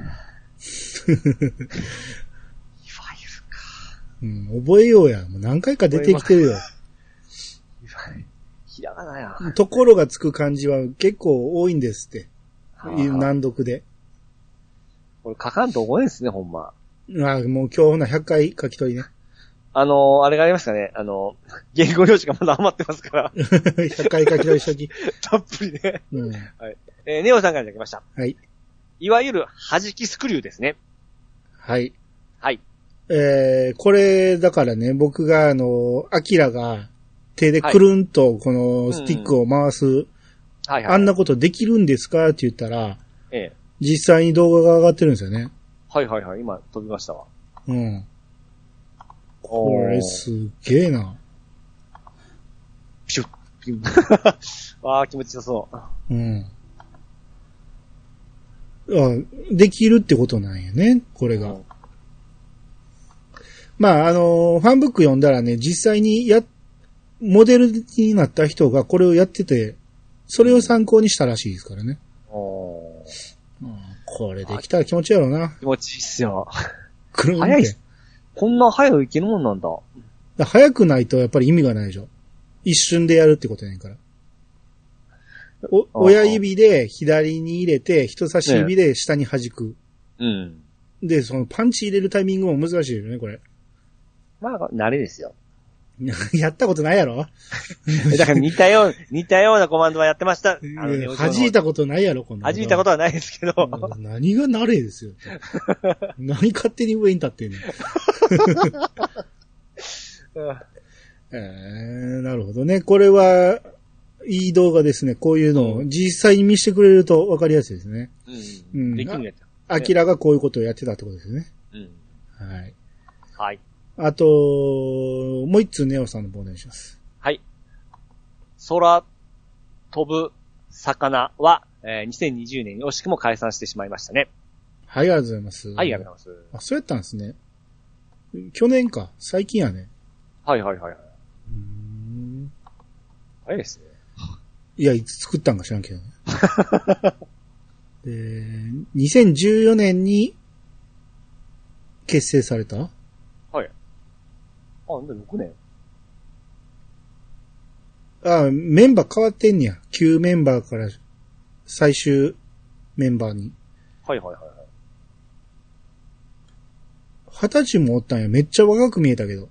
[SPEAKER 2] わゆるか。
[SPEAKER 1] うん、覚えようや。もう何回か出てきてるよ。
[SPEAKER 2] いわゆる。ひらがなや。
[SPEAKER 1] ところがつく漢字は結構多いんですって。いう
[SPEAKER 2] あー
[SPEAKER 1] 難読で。
[SPEAKER 2] これ書かんと覚えんすね、ほんま。
[SPEAKER 1] ああ、もう今日ほな100回書き取りね。
[SPEAKER 2] あのー、あれがありましたね。あのー、言語量子がまだ余ってますから、
[SPEAKER 1] 100回書き取りしとき。
[SPEAKER 2] たっぷりね。
[SPEAKER 1] うん。
[SPEAKER 2] えーネオさんからいただきました。
[SPEAKER 1] はい。
[SPEAKER 2] いわゆる、弾きスクリューですね。
[SPEAKER 1] はい。
[SPEAKER 2] はい。
[SPEAKER 1] えー、これ、だからね、僕が、あの、アキラが手でくるんと、このスティックを回す、
[SPEAKER 2] はいはい。
[SPEAKER 1] あんなことできるんですかって言ったら、
[SPEAKER 2] ええ
[SPEAKER 1] 実際に動画が上がってるんですよね。
[SPEAKER 2] はいはいはい。今、飛びましたわ。
[SPEAKER 1] うん。
[SPEAKER 2] こ
[SPEAKER 1] これすげえな。
[SPEAKER 2] ピュッ、ピュッ。 わあ、気持ちよそう。
[SPEAKER 1] うん。あ、できるってことなんやね、これが。
[SPEAKER 2] うん
[SPEAKER 1] まあ、あの、ファンブック読んだらね、実際にや、モデルになった人がこれをやってて、それを参考にしたらしいですからね。
[SPEAKER 2] おー
[SPEAKER 1] これできたら気持ちやろうな。
[SPEAKER 2] 気持ちいいっすよ。
[SPEAKER 1] くるんって
[SPEAKER 2] 早いっすこんな早くいけるもんなんだ。
[SPEAKER 1] だ早くないとやっぱり意味がないでしょ。一瞬でやるってことやねんから。お、
[SPEAKER 2] あー
[SPEAKER 1] 親指で左に入れて、人差し指で下に弾く。
[SPEAKER 2] うん。
[SPEAKER 1] で、そのパンチ入れるタイミングも難しいよね、これ。
[SPEAKER 2] まあ、慣れ ですよ。
[SPEAKER 1] やったことないやろ
[SPEAKER 2] だから似たよう、似たようなコマンドはやってました。あのね
[SPEAKER 1] 弾い。たことないやろ、こんな
[SPEAKER 2] 弾いたことはないですけど。
[SPEAKER 1] うん何が慣れ ですよ。何勝手に上に立ってんの。えー、なるほどね。これは、いい動画ですね。こういうのを実際に見せてくれると分かりやすいですね。
[SPEAKER 2] う。
[SPEAKER 1] うんん
[SPEAKER 2] できるんやった。
[SPEAKER 1] アキラがこういうことをやってたってことですね。
[SPEAKER 2] うん。
[SPEAKER 1] はい。
[SPEAKER 2] はい。
[SPEAKER 1] あと、もう一通ネオさんの方お願いします。
[SPEAKER 2] はい。空、飛ぶ、魚は、えー2020年に惜しくも解散してしまいましたね。
[SPEAKER 1] はい、ありがとうございます。
[SPEAKER 2] はい、ありがとうございます。
[SPEAKER 1] あ、そうやったんですね。去年か。最近やね。
[SPEAKER 2] はいはいはいはい。
[SPEAKER 1] うーん
[SPEAKER 2] 早いですね。
[SPEAKER 1] いや、いつ作ったんか知らん けどね。で2014年に、結成された
[SPEAKER 2] あ、なんで6年
[SPEAKER 1] あ、メンバー変わってんねや。旧メンバーから最終メンバーに。
[SPEAKER 2] はいはいはいはい。
[SPEAKER 1] 二十歳もおったんや。めっちゃ若く見えたけど。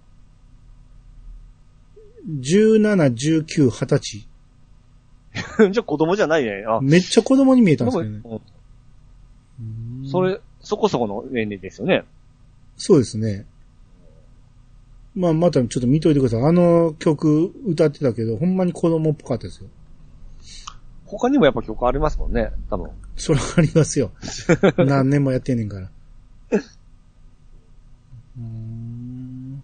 [SPEAKER 1] 17、19、二十歳。
[SPEAKER 2] じゃあ子供じゃない ね。あ、
[SPEAKER 1] めっちゃ子供に見えた
[SPEAKER 2] で
[SPEAKER 1] んです
[SPEAKER 2] も、
[SPEAKER 1] けどね。
[SPEAKER 2] うんそ。れ、そこそこの年齢ですよね。
[SPEAKER 1] そうですね。まあ、またちょっと見といてください。あの曲歌ってたけど、ほんまに子供っぽかったですよ。
[SPEAKER 2] 他にもやっぱ曲ありますもんね、多分。
[SPEAKER 1] それはあります よ。何年もやってんねんから。うーん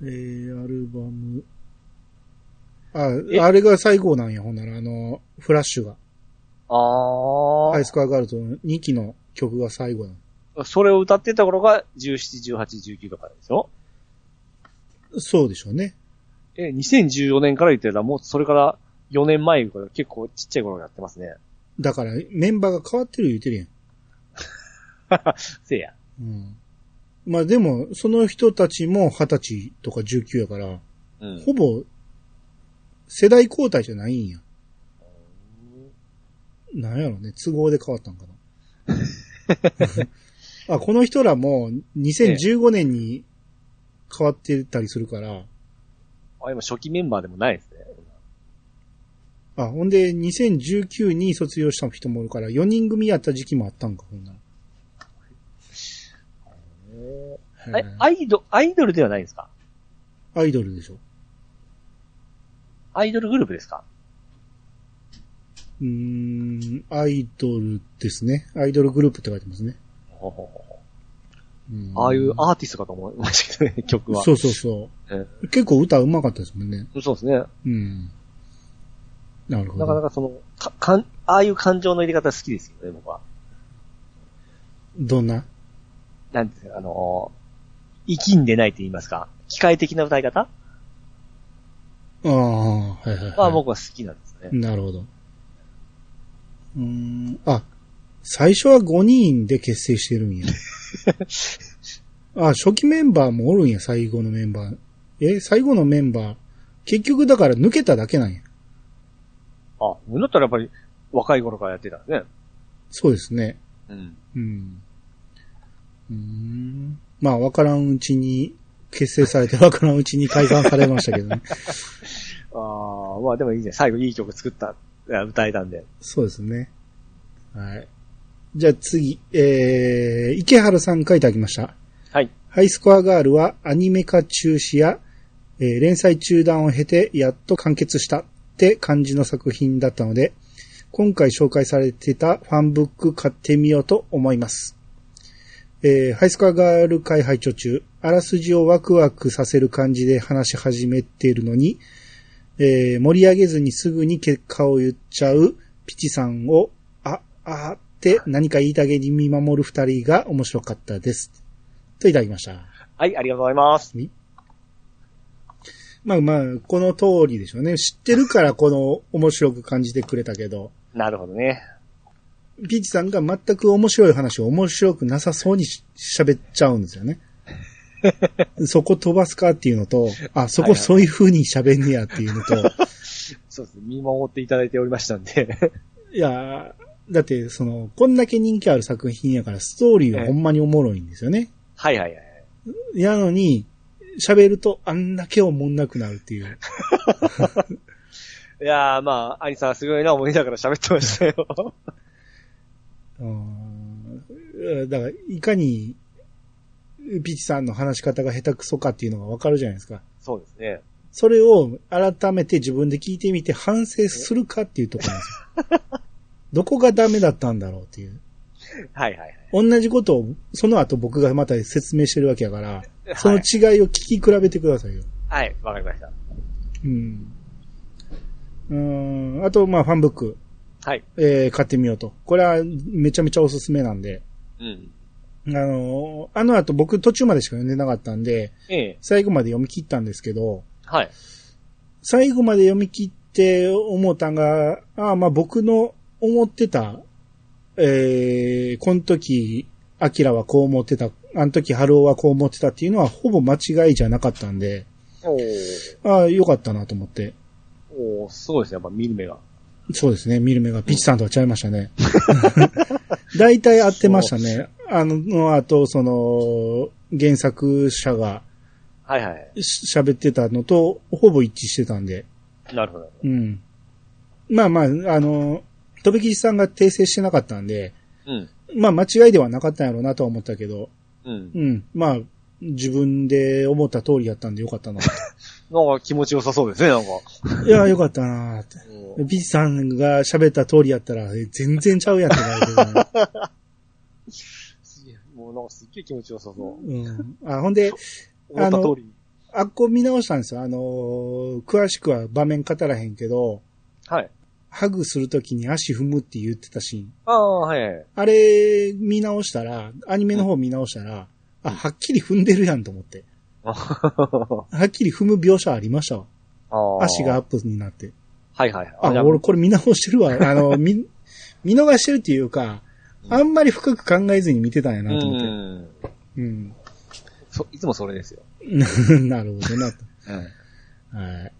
[SPEAKER 1] えー、アルバム。
[SPEAKER 2] え
[SPEAKER 1] あ、あれが最後なんや、ほんなら。あの、フラッシュが。
[SPEAKER 2] ああ、
[SPEAKER 1] ハイスコアガールと2期の曲が最後なの。
[SPEAKER 2] それを歌ってた頃が17、18、19とかでしょ
[SPEAKER 1] そうでしょうね。
[SPEAKER 2] え、2014年から言ってたらもうそれから4年前ぐらい、結構ちっちゃい頃やってますね。
[SPEAKER 1] だから、メンバーが変わってる言うてるやん。
[SPEAKER 2] せいや。
[SPEAKER 1] うん。まあでも、その人たちも20歳とか19やから、
[SPEAKER 2] うん。
[SPEAKER 1] ほぼ、世代交代じゃないんや。なんやろね、都合で変わったんかな。あ、この人らも2015年に変わってたりするから、
[SPEAKER 2] あ、今初期メンバーでもないですね。
[SPEAKER 1] あ、ほんで2019に卒業した人もいるから、4人組やった時期もあったんか、ほんなら
[SPEAKER 2] え、アイド、アイドルではないですか
[SPEAKER 1] アイドルでしょ。
[SPEAKER 2] アイドルグループですか
[SPEAKER 1] うーん、アイドルですね。アイドルグループって書いてますね。
[SPEAKER 2] ほうほうほ
[SPEAKER 1] うん
[SPEAKER 2] うああいうアーティストかと思いましたけどね、曲は。
[SPEAKER 1] そうそうそう。結構歌うまかったですもんね。
[SPEAKER 2] そうですね。
[SPEAKER 1] うん。なるほど。
[SPEAKER 2] なかなかその、か、かん、ああいう感情の入れ方好きですけどね、僕は。
[SPEAKER 1] どんな
[SPEAKER 2] なんていうか、あのー、生きんでないと言いますか、機械的な歌い方
[SPEAKER 1] ああ、はいはい、はい。
[SPEAKER 2] は僕は好きなんですね。
[SPEAKER 1] なるほど。うーん、あ、最初は5人で結成してる んや。あ、初期メンバーもおるんや、最後のメンバー。え、最後のメンバー、結局だから抜けただけなんや。
[SPEAKER 2] あ、だったらやっぱり若い頃からやってたんですね。
[SPEAKER 1] そうですね。
[SPEAKER 2] うん。
[SPEAKER 1] うん。うーん。まあ、わからんうちに、結成されてわからんうちに解散されましたけどね。
[SPEAKER 2] ああ、まあでもいいね。最後いい曲作った、いや歌えたんで。
[SPEAKER 1] そうですね。はい。じゃあ次、えー、池原さん書いてあげました。
[SPEAKER 2] はい。
[SPEAKER 1] ハイスコアガールはアニメ化中止や、えー連載中断を経てやっと完結したって感じの作品だったので、今回紹介されてたファンブック買ってみようと思います。えーハイスコアガール会拝聴中、あらすじをワクワクさせる感じで話し始めているのに、えー盛り上げずにすぐに結果を言っちゃうピチさんを、あ、あーって何か言いたげに見守る二人が面白かったです。といただきました。
[SPEAKER 2] はい、ありがとうございます。
[SPEAKER 1] まあまあ、この通りでしょうね。知ってるからこの面白く感じてくれたけど、
[SPEAKER 2] なるほどね。
[SPEAKER 1] ピーチさんが全く面白い話を面白くなさそうにし喋っちゃうんですよ ね。そこ飛ばすかっていうのと、あ、そ
[SPEAKER 2] はい
[SPEAKER 1] こ
[SPEAKER 2] はい
[SPEAKER 1] そういう風に喋んねやっていうの と、
[SPEAKER 2] そうですね。見守っていただいておりましたんで。
[SPEAKER 1] いやー、だってその、こんだけ人気ある作品やからストーリーはほんまにおもろいんですよね。
[SPEAKER 2] はいはいはい。
[SPEAKER 1] やのに、喋るとあんだけおもんなくなるっていう。
[SPEAKER 2] いやーまあ、アニさんすごいな思いながら喋ってましたよ。
[SPEAKER 1] うーんだから、いかに、ピチさんの話し方が下手くそかっていうのがわかるじゃないですか。
[SPEAKER 2] そうですね。
[SPEAKER 1] それを改めて自分で聞いてみて反省するかっていうところなんですよ。 どこがダメだったんだろうっていう。
[SPEAKER 2] はいはいはい。
[SPEAKER 1] 同じことを、その後僕がまた説明してるわけやから、その
[SPEAKER 2] はい
[SPEAKER 1] 違いを聞き比べてくださいよ。
[SPEAKER 2] はい、わかりました。
[SPEAKER 1] うん。うーん。あと、まあ、ファンブック、
[SPEAKER 2] はい。
[SPEAKER 1] えー買ってみようと。これはめちゃめちゃおすすめなんで。
[SPEAKER 2] うん。
[SPEAKER 1] あのー、あの後僕途中までしか読んでなかったんで、
[SPEAKER 2] ええ。
[SPEAKER 1] 最後まで読み切ったんですけど、
[SPEAKER 2] はい。
[SPEAKER 1] 最後まで読み切って思ったんが、ああ、まあ僕の思ってた、えー、この時、アキラはこう思ってた、あの時春尾はこう思ってたっていうのはほぼ間違いじゃなかったんで、
[SPEAKER 2] おー
[SPEAKER 1] ああ、よかったなと思って。
[SPEAKER 2] おーすごいですね、やっぱ見る目が。
[SPEAKER 1] そうですね、見る目がピッチさんとは違いましたね。大体合ってましたね。あの、あと、その、原作者が
[SPEAKER 2] はいはい。
[SPEAKER 1] し喋ってたのとほぼ一致してたんで。
[SPEAKER 2] なるほど。
[SPEAKER 1] うん。まあまあ、あの、飛び切りさんが訂正してなかったんで、
[SPEAKER 2] うん。
[SPEAKER 1] まあ間違いではなかったんやろうなとは思ったけど、
[SPEAKER 2] うん。
[SPEAKER 1] うん。まあ、自分で思った通りやったんでよかったな。
[SPEAKER 2] なんか気持ちよさそうですね、なんか。
[SPEAKER 1] いや、よかったなって。
[SPEAKER 2] うん
[SPEAKER 1] ビッチさんが喋った通りやったら、え全然ちゃうやんってなるけどね、
[SPEAKER 2] すげえもうなんかすっげえ気持ちよさそう。
[SPEAKER 1] うん。あ、ほんで、
[SPEAKER 2] 思った通り。
[SPEAKER 1] あっこ見直したんですよ。あのー詳しくは場面語らへんけど、
[SPEAKER 2] はい。
[SPEAKER 1] ハグするときに足踏むって言ってたシーン。
[SPEAKER 2] ああ、はいはい。
[SPEAKER 1] あれ、見直したら、アニメの方見直したら、あ、はっきり踏んでるやんと思って。はっきり踏む描写ありましたわ。
[SPEAKER 2] あー
[SPEAKER 1] 足がアッ。プになって。
[SPEAKER 2] はいはい。
[SPEAKER 1] あ、
[SPEAKER 2] じゃ
[SPEAKER 1] 俺これ見直して るわ。あの、見、見逃してるっていうか、あんまり深く考えずに見てたんや
[SPEAKER 2] う
[SPEAKER 1] なと思って。
[SPEAKER 2] ん。
[SPEAKER 1] うん。
[SPEAKER 2] そ、いつもそれですよ。
[SPEAKER 1] なるほどなと。
[SPEAKER 2] うん。
[SPEAKER 1] はい。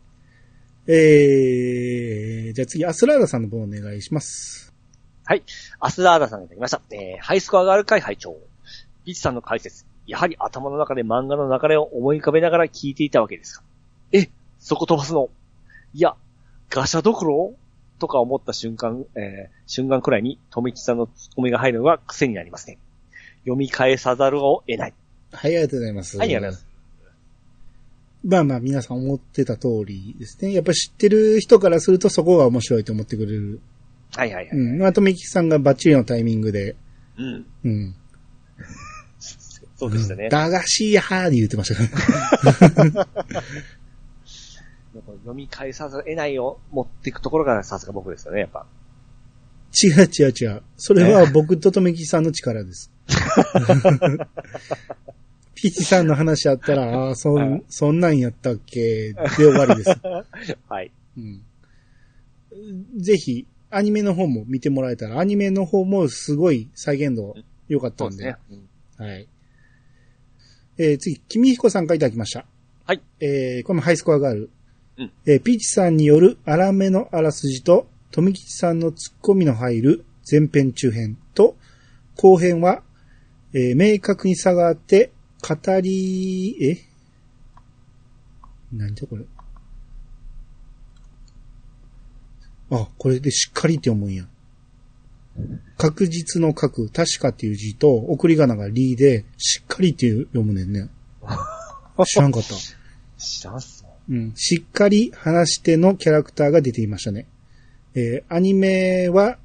[SPEAKER 1] えー、じゃあ次、アスラーダさんの方お願いします。
[SPEAKER 2] アスラーダさんがいただきました。えー、ハイスコアがある会会長。ビチさんの解説。やはり頭の中で漫画の流れを思い浮かべながら聞いていたわけですが。え、そこ飛ばすのいや、ガシャどころとか思った瞬間、えー、瞬間くらいに、富吉さんのツッコミが入るのが癖になりますね。読み返さざるを得ない。
[SPEAKER 1] はい、ありがとうございます。
[SPEAKER 2] はいありがとうござい
[SPEAKER 1] ます。まあまあ、皆さん思ってた通りですね。やっぱ知ってる人からするとそこが面白いと思ってくれる。
[SPEAKER 2] はいはいはい。
[SPEAKER 1] うん。あと、メキさんがバッチリのタイミングで、
[SPEAKER 2] うん。
[SPEAKER 1] うん。
[SPEAKER 2] そうでしたね。
[SPEAKER 1] 駄菓子やーって言ってましたから。
[SPEAKER 2] なんか読み返さざるを得ないを持っていくところがさすが僕ですよね、やっぱ。
[SPEAKER 1] 違う違う違う。それは僕ととめきさんの力 です。ピッチさんの話あった ら、ああ、そん、そんなんやったっけで終わりです。
[SPEAKER 2] はい。
[SPEAKER 1] うん。ぜひ、アニメの方も見てもらえたら、アニメの方もすごい再現度良かったんで。。
[SPEAKER 2] うん
[SPEAKER 1] はい。えー次、君彦さんからいただきました。
[SPEAKER 2] はい。
[SPEAKER 1] えーこれもハイスコアガール。
[SPEAKER 2] うん
[SPEAKER 1] えーピーチさんによる荒めのあらすじと、富吉さんのツッコミの入る前編中編と、後編は、えー明確に差があって、語り、えなんだこれ。あ、これでしっかりって思うんや。確実の確、確かっていう字と、送り仮名がリーで、しっかりっていう読むねん ね。知らんかった。
[SPEAKER 2] 知らんっすね
[SPEAKER 1] うん。しっかり話し手のキャラクターが出ていましたね。えーアニメは、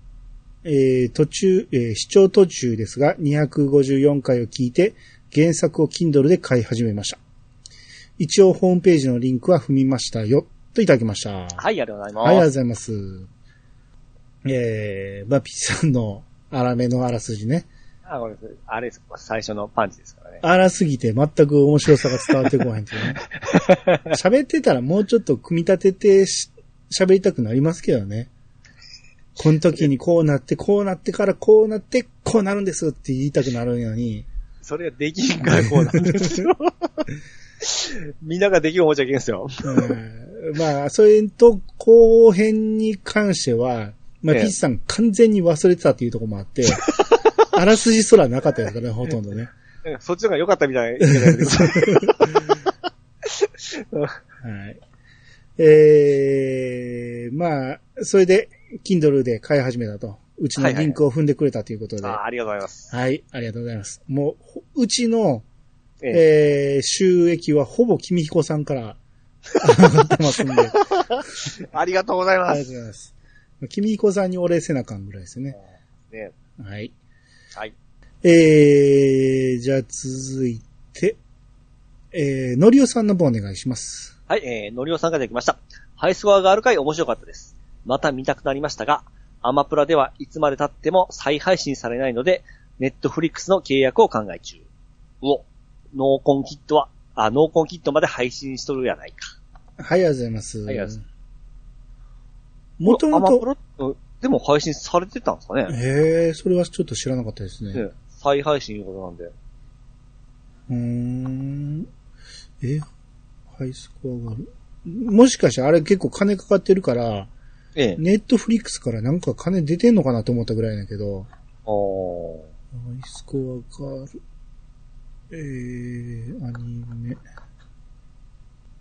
[SPEAKER 1] えー途中、えー視聴途中ですが、254回を聞いて、原作を Kindle で買い始めました。一応ホームページのリンクは踏みましたよ、といただきました。
[SPEAKER 2] はい、ありがとうございます。
[SPEAKER 1] はい、ありがとうございます。えー、まあ、ピッチさんの荒めのあらすじね。
[SPEAKER 2] あ、これ、あれです、最初のパンチですからね。
[SPEAKER 1] 荒すぎて全く面白さが伝わってこないんけど ね。喋ってたらもうちょっと組み立ててし喋りたくなりますけどね。この時にこうなって、こうなってからこうなって、こうなるんですって言いたくなるのに、
[SPEAKER 2] それができんからこうなんです よ。みんなができるおもちゃいけんすよ。
[SPEAKER 1] うんまあ、それと後編に関しては、まあ、
[SPEAKER 2] ええ
[SPEAKER 1] ピッチさん完全に忘れてたっていうところもあ って、あらすじすらなかったですからね、ほとんどね。
[SPEAKER 2] なんかそっちの方が良かったみたいな言い方やけど。
[SPEAKER 1] はい。えー、まあ、それで、Kindle で買い始めたと。うちのリンクを踏んでくれたということで。
[SPEAKER 2] あ
[SPEAKER 1] はい
[SPEAKER 2] あ、ありがとうございます。
[SPEAKER 1] ありがとうございます。もうほ、うちの、
[SPEAKER 2] ええ
[SPEAKER 1] えー、収益はほぼ君彦さんから、上がってますん で。ありがと
[SPEAKER 2] ありがとうございうま
[SPEAKER 1] ご
[SPEAKER 2] す。
[SPEAKER 1] ざいます。君彦さんにお礼せなあかんぐらいですね。
[SPEAKER 2] ね、
[SPEAKER 1] はい。
[SPEAKER 2] はい。
[SPEAKER 1] えー、じゃあ続いて、えー、のりおさんの方お願いします。
[SPEAKER 2] はい、えー、のりおさんができました。ハイスコアがある回面白かったです。また見たくなりましたが、アマプラではいつまで経っても再配信されないので、ネットフリックスの契約を考え中。うお、ノーコンキットは、あ、ノーコンキットまで配信しとるやないか。
[SPEAKER 1] はい、ありがとうございます。
[SPEAKER 2] ありがとうござい
[SPEAKER 1] もとも
[SPEAKER 2] アマプ
[SPEAKER 1] と、
[SPEAKER 2] ラうんでも配信されてたんですかね、
[SPEAKER 1] へえ、それはちょっと知らなかったですね。
[SPEAKER 2] ね再配信いうことなんで。
[SPEAKER 1] うーん。え、ハイスコアがある。もしかしてあれ結構金かかってるから、
[SPEAKER 2] ええ。
[SPEAKER 1] ネットフリックスからなんか金出てんのかなと思ったぐらいだけど、
[SPEAKER 2] おー。
[SPEAKER 1] ハイスコアがある。えー、アニメ。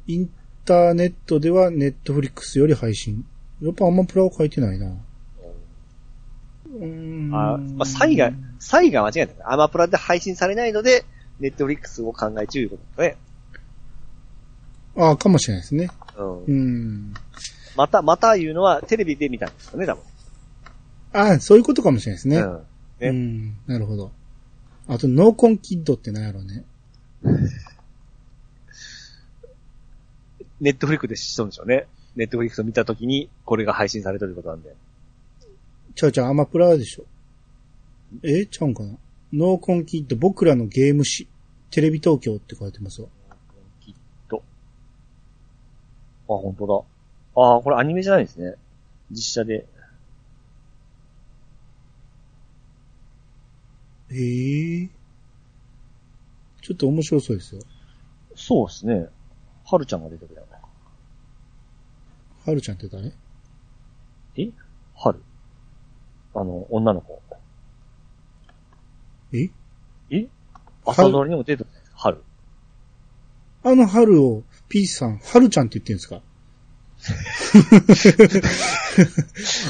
[SPEAKER 1] インターネットではネットフリックスより配信。やっぱあんまプラを書いてないな。うーん。
[SPEAKER 2] あ、まあ、サイが、サイが間違えたね。アマプラで配信されないので、ネットフリックスを考え中いうことですね。
[SPEAKER 1] あかもしれないですね。
[SPEAKER 2] うん。
[SPEAKER 1] うん。
[SPEAKER 2] また、また言うのはテレビで見たんですよね、多分。
[SPEAKER 1] あそういうことかもしれないですね。
[SPEAKER 2] うん。ね
[SPEAKER 1] うん、なるほど。あと、ノーコンキッドって何やろうね。
[SPEAKER 2] ネットフリックスで知ったんでしょうね。ネットフリックスを見たときに、これが配信されたということなんで。
[SPEAKER 1] ちゃうちゃう、アマプラでしょ。えちゃうんかなノーコンキッド、僕らのゲーム誌。テレビ東京って書いてますわ。
[SPEAKER 2] きっと。あ、本当だ。ああ、これアニメじゃないですね。実写で。
[SPEAKER 1] ええちょっと面白そうですよ。
[SPEAKER 2] そうですね。はるちゃんが出てくるよね。
[SPEAKER 1] はるちゃんって誰
[SPEAKER 2] はる。あの、女の子。
[SPEAKER 1] え
[SPEAKER 2] え
[SPEAKER 1] は
[SPEAKER 2] 朝ドラにも出てくるね。はる。
[SPEAKER 1] あのはるを、P さん、はるちゃんって言ってるんですか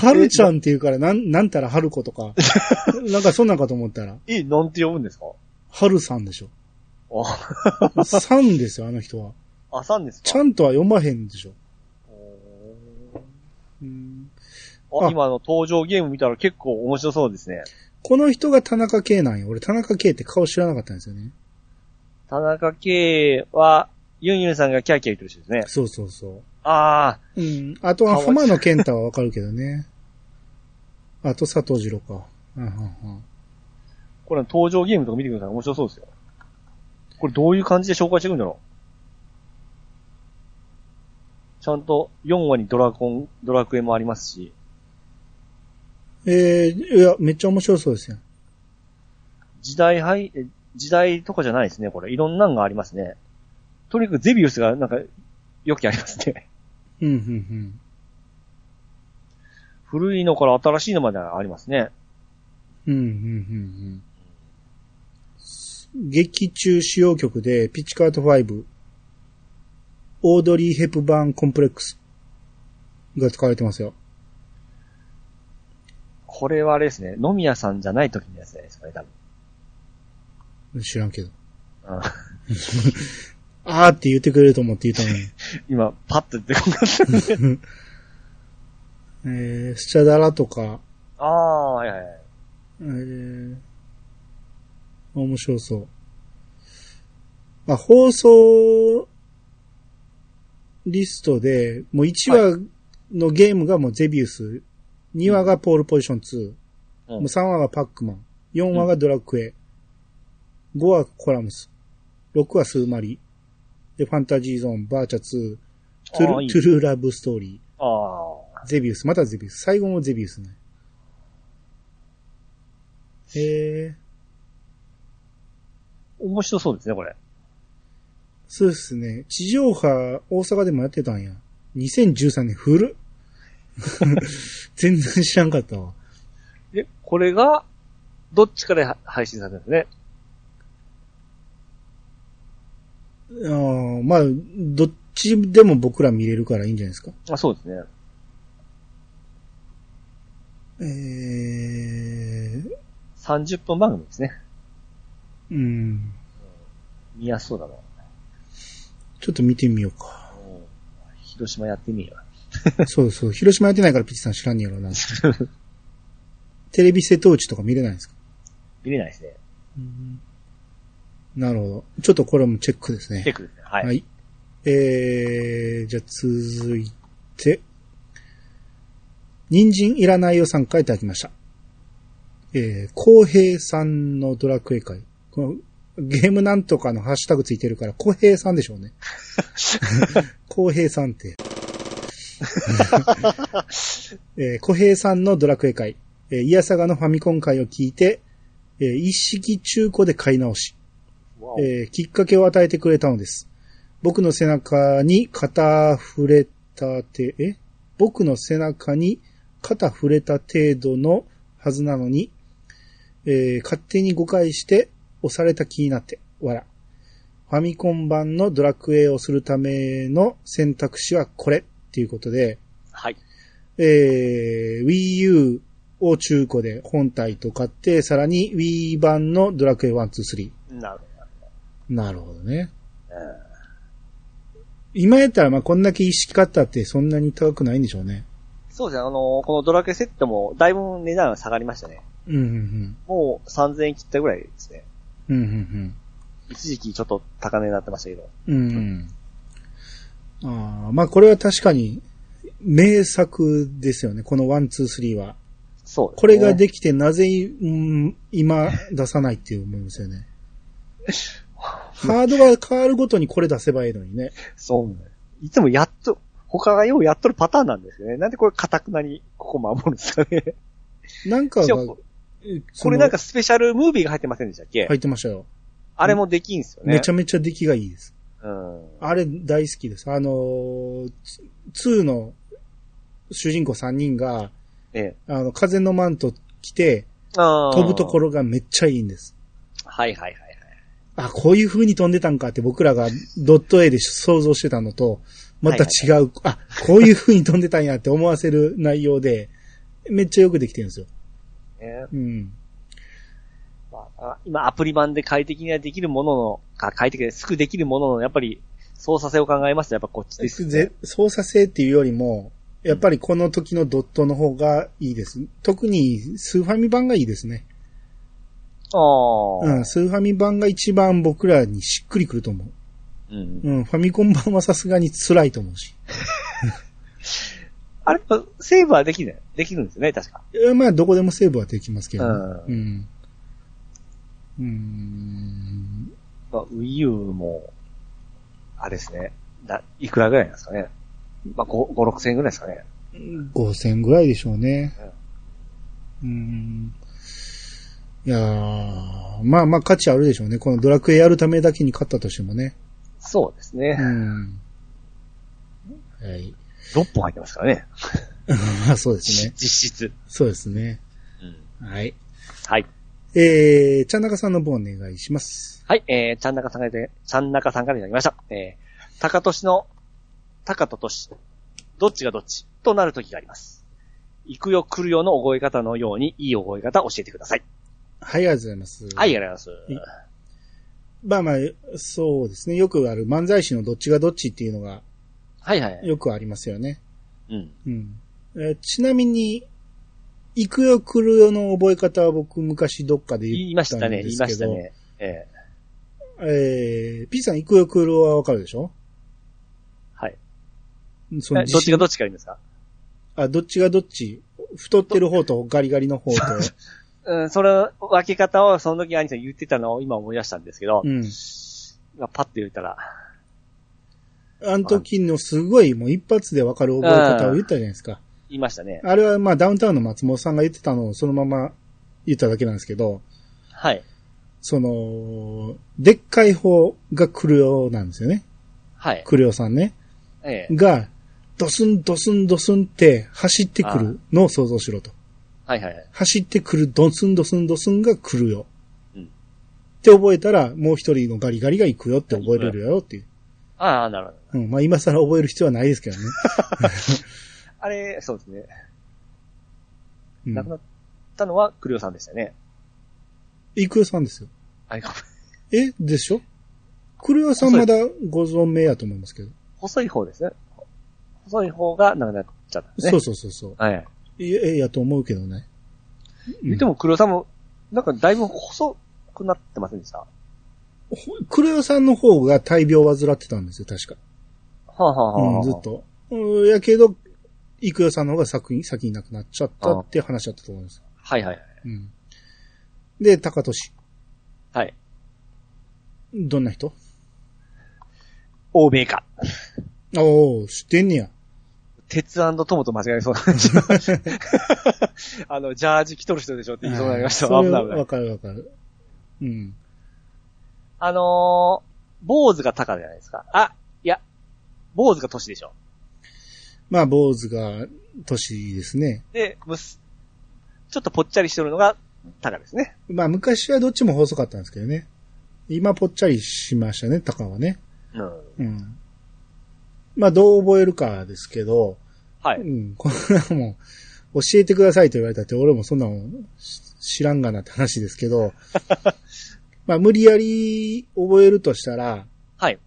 [SPEAKER 1] はるちゃんって言うから、なん、なんたらはる子とか。なんかそんなんかと思ったら、
[SPEAKER 2] え、なんて呼ぶんですか
[SPEAKER 1] はるさんでしょ。
[SPEAKER 2] あ、
[SPEAKER 1] さんですよ、あの人は。
[SPEAKER 2] あさんですか
[SPEAKER 1] ちゃんとは読まへんでしょ。
[SPEAKER 2] おーあ
[SPEAKER 1] あ
[SPEAKER 2] 今の登場ゲーム見たら結構面白そうですね。
[SPEAKER 1] この人が田中圭なんよ。俺田中圭って顔知らなかったんですよね。
[SPEAKER 2] 田中圭は、ユンユンさんがキャーキャー言ってる人ですね。
[SPEAKER 1] そうそうそ
[SPEAKER 2] ああ、
[SPEAKER 1] う。うん。あとは
[SPEAKER 2] 顔は
[SPEAKER 1] 浜野健太はわかるけどね。あと佐藤二郎か。うんうんうん
[SPEAKER 2] これ登場ゲームとか見てください。面白そうですよ。これどういう感じで紹介していくんだろうちゃんと4話にドラゴン、ドラクエもありますし。
[SPEAKER 1] えー、いや、めっちゃ面白そうですよ。
[SPEAKER 2] 時代はい、え時代とかじゃないですね、これ。いろんなのがありますね。とにかくゼビウスがなんか、よきありますね。
[SPEAKER 1] うん、うん、うん。
[SPEAKER 2] 古いのから新しいのまでありますね。
[SPEAKER 1] うん、うん、うん、うん。劇中主要曲で、ピッチカート5、オードリー・ヘプバーン・コンプレックスが使われてますよ。
[SPEAKER 2] これはあれですね、飲み屋さんじゃない時のやつじゃないですかね、多分。
[SPEAKER 1] 知らんけど。
[SPEAKER 2] あ
[SPEAKER 1] あーって言ってくれると思って言ったのに。
[SPEAKER 2] 今、パッと出てこなか った。
[SPEAKER 1] えー、スチャダラとか、
[SPEAKER 2] ああ、はいはいはい。
[SPEAKER 1] えー、面白そう。あ、放送リストで、もう1話のゲームがもうゼビウス、2話がポールポジション2、
[SPEAKER 2] う
[SPEAKER 1] も
[SPEAKER 2] ん
[SPEAKER 1] う3話がパックマン、4話がドラクエ、5話コラムス、6話スーマリ、で、ファンタジーゾーン、バーチャ2、トゥ
[SPEAKER 2] あーい
[SPEAKER 1] ル
[SPEAKER 2] い
[SPEAKER 1] トゥルーラブストーリー、
[SPEAKER 2] ああ、
[SPEAKER 1] ゼビウス、またゼビウス。最後もゼビウスね。へえ、
[SPEAKER 2] 面白そうですね、これ。
[SPEAKER 1] そうですね。地上波、大阪でもやってたんや。2013年、古っ全然知らんかったわ。
[SPEAKER 2] で、これが、どっちからは配信されるんですね。
[SPEAKER 1] あーまあ、どっちでも僕ら見れるからいいんじゃないですか。
[SPEAKER 2] あ、そうですね。
[SPEAKER 1] えー、
[SPEAKER 2] 30分番組ですね。
[SPEAKER 1] うん。
[SPEAKER 2] 見やすそうだな。
[SPEAKER 1] ちょっと見てみようか。
[SPEAKER 2] うん広島やってみよ
[SPEAKER 1] そうそう。広島やってないからピチさん知らんねやろ うな。テレビ瀬戸内とか見れないんですか
[SPEAKER 2] 見れないですね。
[SPEAKER 1] なるほど。ちょっとこれもチェックですね
[SPEAKER 2] チェ。ックですね。はい。
[SPEAKER 1] はい。えー、じゃあ続いて、人参いらないよさんからいただきました。えー、浩平さんのドラクエ会。このゲームなんとかのハッシュタグついてるから、浩平さんでしょう ね。浩平さんって。えー、小平さんのドラクエ会。えー、イヤサガのファミコン会を聞いて、えー一式中古で買い直し。
[SPEAKER 2] わお
[SPEAKER 1] えーきっかけを与えてくれたのです。僕の背中に肩触れたて、え僕の背中に肩触れた程度のはずなのに、えー勝手に誤解して押された気になって、笑。ファミコン版のドラクエをするための選択肢はこれっていうことで、
[SPEAKER 2] はい。
[SPEAKER 1] えー Wii U を中古で本体と買って、さらに Wii 版のドラクエ1、2、3。
[SPEAKER 2] なるほ
[SPEAKER 1] なるほどね。
[SPEAKER 2] ど。う
[SPEAKER 1] 今やったら、まあ、こんだけ意識買ったってそんなに高くないんでしょうね。
[SPEAKER 2] んそうですね、あの、このドラケセットも、だいぶ値段が下がりましたね。
[SPEAKER 1] うん、うん、
[SPEAKER 2] もう3000円切ったぐらいですね。
[SPEAKER 1] うん。うん、うん、
[SPEAKER 2] 一時期ちょっと高値になってましたけど。
[SPEAKER 1] うん。うん。ああ、まあ、これは確かに、名作ですよね。この1、2、3は。
[SPEAKER 2] そうですね。
[SPEAKER 1] これができて、なぜ、うん今出さないって思いますよ ね。ハードが変わるごとにこれ出せばいいのにね。
[SPEAKER 2] そうなんです。いつもやっと、他がようやっとるパターンなんですよね。なんでこれ固くなにここ守るんですかね。
[SPEAKER 1] なんか
[SPEAKER 2] しか
[SPEAKER 1] が、
[SPEAKER 2] も
[SPEAKER 1] えそ
[SPEAKER 2] こ
[SPEAKER 1] の
[SPEAKER 2] れなんかスペシャルムービーが入ってませんでしたっけ、
[SPEAKER 1] 入ってましたよ。
[SPEAKER 2] あれもできんすよね。
[SPEAKER 1] めちゃめちゃ出来がいいです。
[SPEAKER 2] うん。
[SPEAKER 1] あれ大好きです。あのー、つ2の主人公3人が、
[SPEAKER 2] ええ。
[SPEAKER 1] あの、風のマント着て、飛
[SPEAKER 2] 飛
[SPEAKER 1] ぶとこ
[SPEAKER 2] ろ。
[SPEAKER 1] ろがめっちゃいいんです。
[SPEAKER 2] はいはいはいはい。
[SPEAKER 1] あ、こういう風に飛んでたんかって僕らがドット A で想像してたのと、また違う、あ、こういう風に飛んでたんやって思わせる内容で、めっちゃよくできてるんですよ。
[SPEAKER 2] ね
[SPEAKER 1] うん。
[SPEAKER 2] まあ、今アプリ版で快適にはできるものの、か快適ですぐできるものの、やっぱり操作性を考えますと、やっぱこっちです、ね
[SPEAKER 1] ぜ。操作性っていうよりも、やっぱりこの時のドットの方がいいです。特にスーファミ版がいいですね。
[SPEAKER 2] ああ。
[SPEAKER 1] うん、スーファミ版が一番僕らにしっくりくると思う。
[SPEAKER 2] うん。
[SPEAKER 1] うん、ファミコン版はさすがに辛いと思うし。
[SPEAKER 2] あれ、セーブはできない。できるんですよね、確か。
[SPEAKER 1] えまあ、どこでもセーブはできますけど、
[SPEAKER 2] う
[SPEAKER 1] うん。うーん。
[SPEAKER 2] まあ、Wii U も、あれですね。だ、いくらぐらいなんですかね。まあ、5、5 6千円ぐらいですかね。
[SPEAKER 1] 5000ぐらいでしょうね。うん。いやー、まあまあ価値あるでしょうね。このドラクエやるためだけに買ったとしてもね。
[SPEAKER 2] そうですね
[SPEAKER 1] う。ん。はい。
[SPEAKER 2] 6本入ってますからね。
[SPEAKER 1] まあそうです
[SPEAKER 2] 実
[SPEAKER 1] ね。
[SPEAKER 2] 質。
[SPEAKER 1] そうですね。
[SPEAKER 2] うん。
[SPEAKER 1] はい。
[SPEAKER 2] はい。
[SPEAKER 1] えー、ちゃんなかさんの方お願いします。
[SPEAKER 2] はい、えー、ちゃんなかさんがいて、ちゃんなかさんからいただきました。えー、たかとしの、たかととし、どっちがどっちとなる時があります。行くよ来るよの覚え方のように、いい覚え方を教えてください。
[SPEAKER 1] はい、ありがとうございます。
[SPEAKER 2] はい、ありがとうございま
[SPEAKER 1] まあまあ、そうですね。よくある漫才師のどっちがどっちっていうのが
[SPEAKER 2] す。はいはい。
[SPEAKER 1] よくありますよね。
[SPEAKER 2] うん。
[SPEAKER 1] うん。えーちなみに、行くよ来るよの覚え方は僕昔どっかで
[SPEAKER 2] 言い
[SPEAKER 1] 言
[SPEAKER 2] ま
[SPEAKER 1] っ
[SPEAKER 2] したた
[SPEAKER 1] ん
[SPEAKER 2] ね、
[SPEAKER 1] で
[SPEAKER 2] 言い
[SPEAKER 1] す
[SPEAKER 2] ま
[SPEAKER 1] け
[SPEAKER 2] した
[SPEAKER 1] ど、
[SPEAKER 2] ね。えー、
[SPEAKER 1] えー、P さん行くよ来るよはわかるでしょ
[SPEAKER 2] はい。
[SPEAKER 1] その
[SPEAKER 2] えどっち
[SPEAKER 1] が
[SPEAKER 2] がどっちかありますか
[SPEAKER 1] あ、どっちがどっち太ってる方とガリガリの 方と。
[SPEAKER 2] うん、その分け方をその時兄さん言ってたのを今思い出したんですけど、
[SPEAKER 1] うん。
[SPEAKER 2] 今パッと言ったら、
[SPEAKER 1] あの時のすごいもう一発でわかる覚え方を言ったじゃないですか。
[SPEAKER 2] 言いましたね。
[SPEAKER 1] あれはまあダウンタウンの松本さんが言ってたのをそのまま言っただけなんですけど、
[SPEAKER 2] はい。
[SPEAKER 1] その、でっかい方がクルヨなんですよね。
[SPEAKER 2] はい。
[SPEAKER 1] クルヨさんね。
[SPEAKER 2] ええ
[SPEAKER 1] が、ドスンドスンドスンって走ってくるのを想像しろと。
[SPEAKER 2] はいはいはい。
[SPEAKER 1] 走ってくるドスンドスンドスンがクルヨ。
[SPEAKER 2] うん
[SPEAKER 1] って覚えたら、もう一人のガリガリが行くよって覚えれるよっていう。
[SPEAKER 2] ああ、なるほど。
[SPEAKER 1] うん。まあ今更覚える必要はないですけどね。
[SPEAKER 2] あれ、そうですね。
[SPEAKER 1] うん
[SPEAKER 2] 亡くなったのはクリオさんでしたね。
[SPEAKER 1] 行くよさんですよ。
[SPEAKER 2] あれか。
[SPEAKER 1] えでしょクルヨさんまだご存命やと思いますけど。
[SPEAKER 2] 細い方ですね。細い方が亡くなっちゃったんですね。
[SPEAKER 1] そうそうそうそう。
[SPEAKER 2] はい。
[SPEAKER 1] いや、いやと思うけどね。
[SPEAKER 2] 言ってもクリオさんも、なんかだいぶ細くなってませんでした。は
[SPEAKER 1] うん、クレヨさんの方が大病を患ってたんですよ、確か。
[SPEAKER 2] あ、はあはあ
[SPEAKER 1] う
[SPEAKER 2] は
[SPEAKER 1] ん、
[SPEAKER 2] あ、
[SPEAKER 1] ずっ。と。うん、やけど、イクヨさんの方が先に、先に亡くなっちゃったって話だったと思うんですよ。
[SPEAKER 2] はいはい。
[SPEAKER 1] うん。で、タカトシ。
[SPEAKER 2] はい。
[SPEAKER 1] どんな人
[SPEAKER 2] 欧米か。
[SPEAKER 1] おー、知ってんねや。
[SPEAKER 2] 鉄トモと間違えそうな あの、ジャージ着とる人でしょって言いそうになりました。
[SPEAKER 1] はい
[SPEAKER 2] 危
[SPEAKER 1] それ
[SPEAKER 2] ない
[SPEAKER 1] は
[SPEAKER 2] 危ない
[SPEAKER 1] わ。かるわかる。うん。
[SPEAKER 2] あのー、坊主が高じゃないですか。あ、いや、坊主が年でしょ。
[SPEAKER 1] まあ、坊主が、年ですね。
[SPEAKER 2] で、むす、ちょっとぽっちゃりしてるのが高ですね。
[SPEAKER 1] まあ、昔はどっちも細かったんですけどね。今、ぽっちゃりしましたね、高はね。
[SPEAKER 2] うん。
[SPEAKER 1] うん。まあ、どう覚えるかですけど、
[SPEAKER 2] は
[SPEAKER 1] う
[SPEAKER 2] い。
[SPEAKER 1] ん、こんなもん、教えてくださいと言われたって、俺もそんなもんし知らんがなって話ですけ ど、まあ、無理やり覚えるとしたら、
[SPEAKER 2] はい。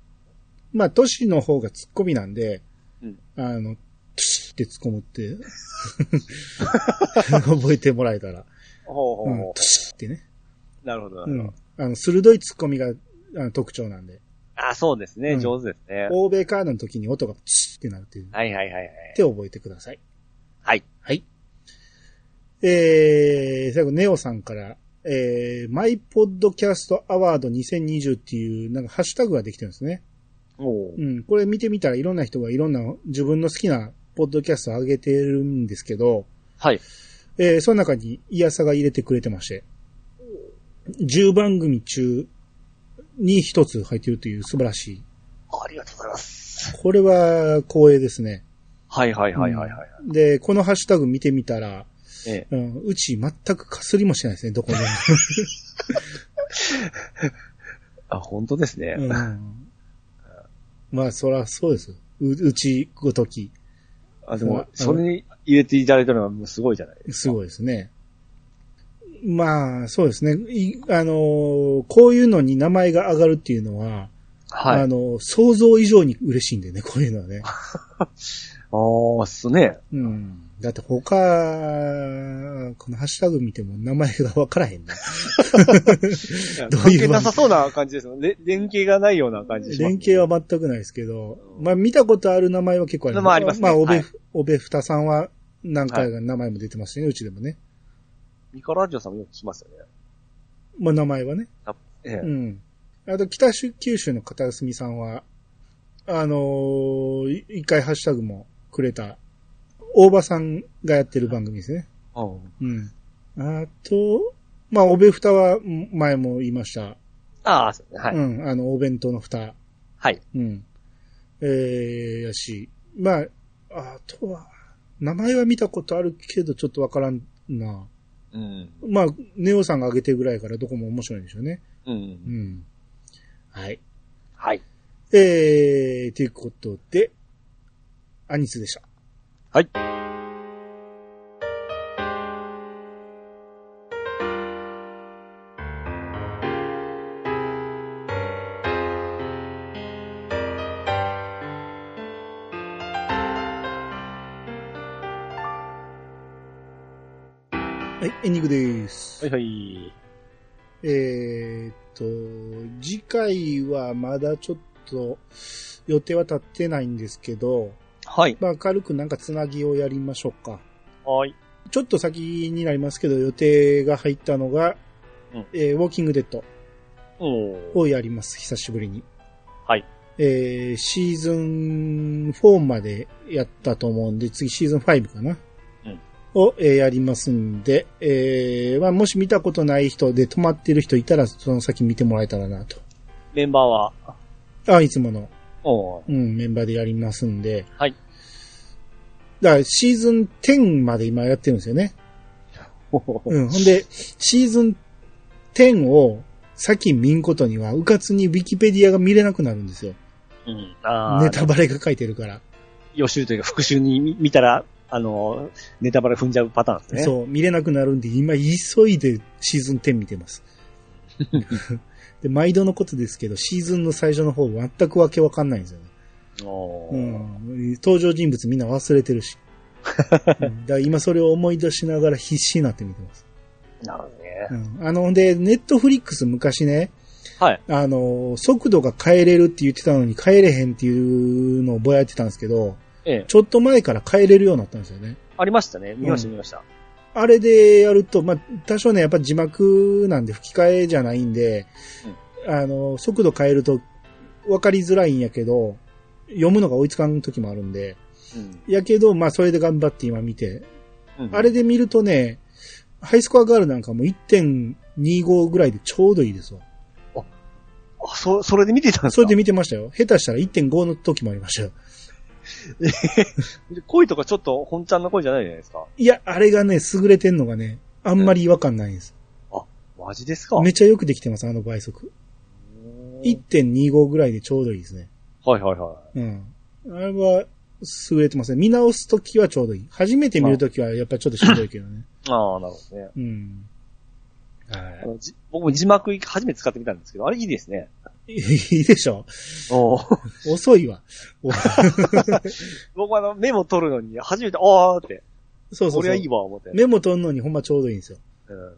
[SPEAKER 1] まあ、都市の方が突っ込みなんで、
[SPEAKER 2] うん
[SPEAKER 1] あの、プシって突っ込むって、 覚えてもらえたら、
[SPEAKER 2] ほうほう
[SPEAKER 1] うん
[SPEAKER 2] ほ、
[SPEAKER 1] プシってね、
[SPEAKER 2] う。なるほど、
[SPEAKER 1] う
[SPEAKER 2] なるほど。
[SPEAKER 1] ん、あの、鋭い突っ込みがあの特徴なんで、
[SPEAKER 2] あ、そうです
[SPEAKER 1] う
[SPEAKER 2] ね。
[SPEAKER 1] ん
[SPEAKER 2] 上手ですね。
[SPEAKER 1] 欧米カードの時に音がプシってなるっていう、
[SPEAKER 2] はいはいはいはい。
[SPEAKER 1] って覚えてください。
[SPEAKER 2] はい。
[SPEAKER 1] はい。えー、最後、ネオさんから、えー、マイポッドキャストアワード2020っていう、なんかハッシュタグができてるんですね。
[SPEAKER 2] おう
[SPEAKER 1] うん、これ見てみたらいろんな人がいろんな自分の好きなポッドキャストを上げてるんですけど、
[SPEAKER 2] はい。
[SPEAKER 1] えー、その中にイヤサが入れてくれてまして、10番組中に1つ入ってるという素晴らしい。
[SPEAKER 2] ありがとうございます。
[SPEAKER 1] これは光栄ですね。
[SPEAKER 2] はいはいはいはいはい。
[SPEAKER 1] で、このハッシュタグ見てみたら、
[SPEAKER 2] え
[SPEAKER 1] うん、うち全くかすりもしないですね、どこでも。
[SPEAKER 2] え。あ、本当ですね。
[SPEAKER 1] うん、まあ、そらそうですよ。ううちごとき、
[SPEAKER 2] あ、で
[SPEAKER 1] うん
[SPEAKER 2] も、それに入れていただいたのはもうすごいじゃないです
[SPEAKER 1] す
[SPEAKER 2] か。
[SPEAKER 1] ごいですね。まあ、そうですね。いあのーこういうのに名前が上がるっていうのは、
[SPEAKER 2] はい。
[SPEAKER 1] あ
[SPEAKER 2] あ
[SPEAKER 1] のー想像以上に嬉しいんでね、こういうの はね。
[SPEAKER 2] あ、すね。
[SPEAKER 1] うん。だって他、このハッシュタグ見ても名前がわからへ んな。どういう
[SPEAKER 2] 関係なさそうな感じですよね。れ連携がないような感じします
[SPEAKER 1] 連携は全くないですけど、まあ見たことある名前は結構あります。
[SPEAKER 2] まあありますね
[SPEAKER 1] まあ、おべ、
[SPEAKER 2] はい
[SPEAKER 1] おべふたさんは何回か名前も出てますしね、うちでもね。
[SPEAKER 2] ミカラジオさんもよく聞きますよね。
[SPEAKER 1] まあ名前はね。う
[SPEAKER 2] ええ。
[SPEAKER 1] ん。あと、北九州の片隅さんは、あのーい一回ハッシュタグもくれた、大場さんがやってる番組ですね。
[SPEAKER 2] うん
[SPEAKER 1] うん。あと、まあ、おべふたはん前も言いました。
[SPEAKER 2] ああ、そうね。はい。
[SPEAKER 1] うん。あの、お弁当の蓋。
[SPEAKER 2] はい。
[SPEAKER 1] うん。えー、やし。まあ、あとは、名前は見たことあるけど、ちょっとわからんな。
[SPEAKER 2] うん。
[SPEAKER 1] まあ、ネオさんが挙げてるぐらいからどこも面白いんでしょうね。
[SPEAKER 2] う。
[SPEAKER 1] うんん。はい。
[SPEAKER 2] はい。
[SPEAKER 1] えー、ということで、アニスでした。
[SPEAKER 2] はい。
[SPEAKER 1] はい、エンディングです。
[SPEAKER 2] はいはい。
[SPEAKER 1] えーっと、次回はまだちょっと予定は立ってないんですけど、
[SPEAKER 2] はい。
[SPEAKER 1] まあ軽くなんかつなぎをやりましょうか。
[SPEAKER 2] はい。
[SPEAKER 1] ちょっと先になりますけど、予定が入ったのが、
[SPEAKER 2] うん
[SPEAKER 1] えーウォーキングデッド
[SPEAKER 2] おー
[SPEAKER 1] をやります、久しぶりに。
[SPEAKER 2] はい。
[SPEAKER 1] えーシーズン4までやったと思うんで、次シーズン5かな。
[SPEAKER 2] うん
[SPEAKER 1] を、えーやりますんで、えーまあ、もし見たことない人で止まってる人いたら、その先見てもらえたらなと。
[SPEAKER 2] メンバーは
[SPEAKER 1] あ、いつもの、
[SPEAKER 2] おー
[SPEAKER 1] うん、メンバーでやりますんで。
[SPEAKER 2] はい。
[SPEAKER 1] だから、シーズン10まで今やってるんですよね。
[SPEAKER 2] ほほほ
[SPEAKER 1] うん。ほんで、シーズン10を先見んことには、うかつにウィキペディアが見れなくなるんですよ。
[SPEAKER 2] うん。ああ
[SPEAKER 1] ネ。タバレが書いてるから。
[SPEAKER 2] 予習というか復習に見見たら、あの、ネタバレ踏んじゃうパターンですね。う。
[SPEAKER 1] そう、見れなくなるんで、今急いでシーズン10見て ます。で、毎度のことですけど、シーズンの最初の方全くわけわかんないんですよね。
[SPEAKER 2] お
[SPEAKER 1] う
[SPEAKER 2] ー
[SPEAKER 1] ん。登場人物みんな忘れてる し。うんだから今それを思い出しながら必死になって見てます。
[SPEAKER 2] なるほどね。
[SPEAKER 1] うん。あの、で、ネットフリックス昔ね、
[SPEAKER 2] はい。
[SPEAKER 1] あの、速度が変えれるって言ってたのに変えれへんっていうのをぼやいてたんですけど、
[SPEAKER 2] ええ。
[SPEAKER 1] ちょっと前から変えれるようになったんですよね。
[SPEAKER 2] ありましたね。見ました、見ました。
[SPEAKER 1] あれでやると、まあ、多少ね、やっぱ字幕なんで吹き替えじゃないんで、あの、速度変えると分かりづらいんやけど、読むのが追いつかん時もあるんで、
[SPEAKER 2] うん。
[SPEAKER 1] やけど、まあ、それで頑張って今見て、
[SPEAKER 2] うん
[SPEAKER 1] あれで見るとね、ハイスコアガールなんかも1.25ぐらいでちょうどいいですわ。
[SPEAKER 2] ああそ、それで見てたんですか
[SPEAKER 1] それで見てましたよ。下手したら1.5の時もありましたよ。
[SPEAKER 2] 恋とかちょっと本ちゃんの恋じゃないじゃないですか。
[SPEAKER 1] いや、あれがね、優れてんのがね、あんまり違和感ないんです。
[SPEAKER 2] マジですか
[SPEAKER 1] めっちゃよくできてます、あの倍速。
[SPEAKER 2] い
[SPEAKER 1] 1.25ぐらいでちょうどいいですね。
[SPEAKER 2] はいはいは
[SPEAKER 1] うん。あれは、優れてますね。見直すときはちょうどいい。初めて見るときはやっぱりちょっとしんどいけどね。
[SPEAKER 2] い。ああ、なるほどね。
[SPEAKER 1] うん。
[SPEAKER 2] あのじ僕も字幕初めて使ってみたんですけど、あれいいですね。
[SPEAKER 1] いいでしょ
[SPEAKER 2] お ー
[SPEAKER 1] 遅 いわ。お
[SPEAKER 2] 僕はあのメモ取るのに初めて、ああって、
[SPEAKER 1] そうそうそう。
[SPEAKER 2] これはいいわ、思って。
[SPEAKER 1] メモ取るのにほんまちょうどいいんですよ。
[SPEAKER 2] うん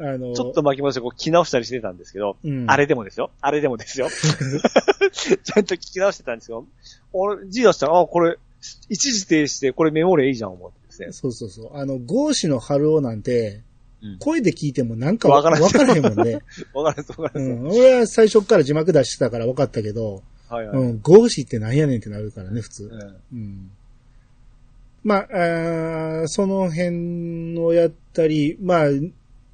[SPEAKER 1] あの、
[SPEAKER 2] ちょっと巻き戻してこう着直したりしてたんですけど、
[SPEAKER 1] うん、
[SPEAKER 2] あれでもですよ。あれでもで すよ。ちゃんと聞き直してたんですよ。俺、字出したら、あ、これ、一時停止して、これメモれいいじゃん、思ってですね。
[SPEAKER 1] そうそうそう。あの、ゴーシの春夫なんて、
[SPEAKER 2] うん
[SPEAKER 1] 声で聞いてもなんかわ
[SPEAKER 2] わか
[SPEAKER 1] からら
[SPEAKER 2] ん
[SPEAKER 1] へんもん ね。
[SPEAKER 2] わかるわか
[SPEAKER 1] う
[SPEAKER 2] る。
[SPEAKER 1] ん。俺は最初から字幕出してたから分かったけど、
[SPEAKER 2] はいはい。
[SPEAKER 1] うん、ゴーシってなんやねんってなるからね、普通。
[SPEAKER 2] うん
[SPEAKER 1] うん。まあ、あーその辺をやったり、まあ、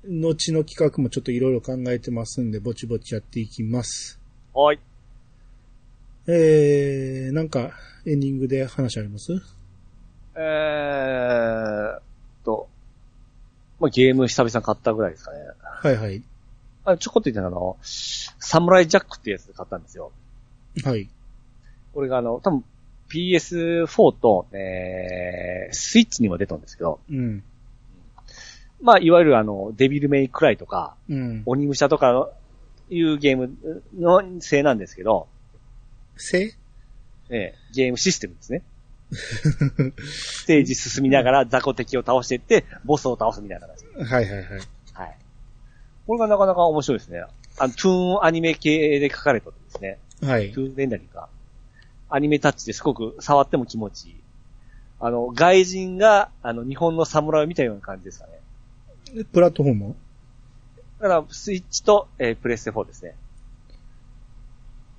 [SPEAKER 1] 後の企画もちょっといろいろ考えてますんで、ぼちぼちやっていきます。
[SPEAKER 2] はい。
[SPEAKER 1] えー、なんか、エンディングで話あります
[SPEAKER 2] えーっと、まあ、ゲーム久々買ったぐらいですかね。
[SPEAKER 1] はいはい。
[SPEAKER 2] あ、ちょこっと言ってたのあの、サムライジャックってやつ買ったんですよ。
[SPEAKER 1] はい。
[SPEAKER 2] これがあの、多分 PS4 と、えー、スイッチにも出たんですけど、
[SPEAKER 1] うん。
[SPEAKER 2] まあ、いわゆるあの、デビルメイクライとか、
[SPEAKER 1] うん。
[SPEAKER 2] 鬼武者とかの、いうゲームのせいなんですけど、
[SPEAKER 1] せ
[SPEAKER 2] ええ、ゲームシステムですね。ステージ進みながら雑魚敵を倒していって、ボスを倒すみたいな感じ。
[SPEAKER 1] はいはいはい。
[SPEAKER 2] はい。これがなかなか面白いですね。あの、トゥーンアニメ系で書かれてですね。
[SPEAKER 1] はい
[SPEAKER 2] ト。ゥーンレンダリングが。アニメタッチですごく触っても気持ちいい。あの、外人が、あの、日本の侍を見たような感じですかね。
[SPEAKER 1] プラットフォームは
[SPEAKER 2] だから、スイッチと、えープレステ4ですね。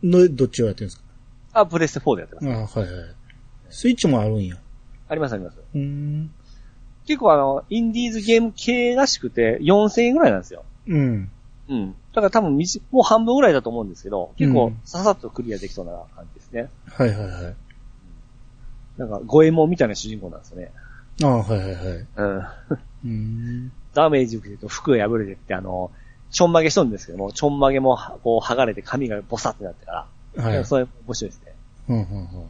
[SPEAKER 1] の、どっちをやってるんですか
[SPEAKER 2] あ、プレステ4でやってます。
[SPEAKER 1] ああはいはい。スイッチもあるんや。
[SPEAKER 2] ありますあります。
[SPEAKER 1] うーん。
[SPEAKER 2] 結構あの、インディーズゲーム系らしくて、4000円ぐらいなんですよ。
[SPEAKER 1] うん。
[SPEAKER 2] うん。だから多分みじ、もう半分ぐらいだと思うんですけど、結
[SPEAKER 1] う
[SPEAKER 2] 構
[SPEAKER 1] ん、
[SPEAKER 2] ささっとクリアできそうな感じですね。
[SPEAKER 1] はいはいはい。
[SPEAKER 2] なんか、五右衛門みたいな主人公なんですよね。
[SPEAKER 1] ああはいはいはい。う
[SPEAKER 2] うん。
[SPEAKER 1] ーん。
[SPEAKER 2] ダメージ受けてると服が破れてって、あの、ちょんまげしとるんですけども、ちょんまげもは、こう、剥がれて髪がボサってなってから、
[SPEAKER 1] はい。
[SPEAKER 2] それ面白いですね。
[SPEAKER 1] うんうん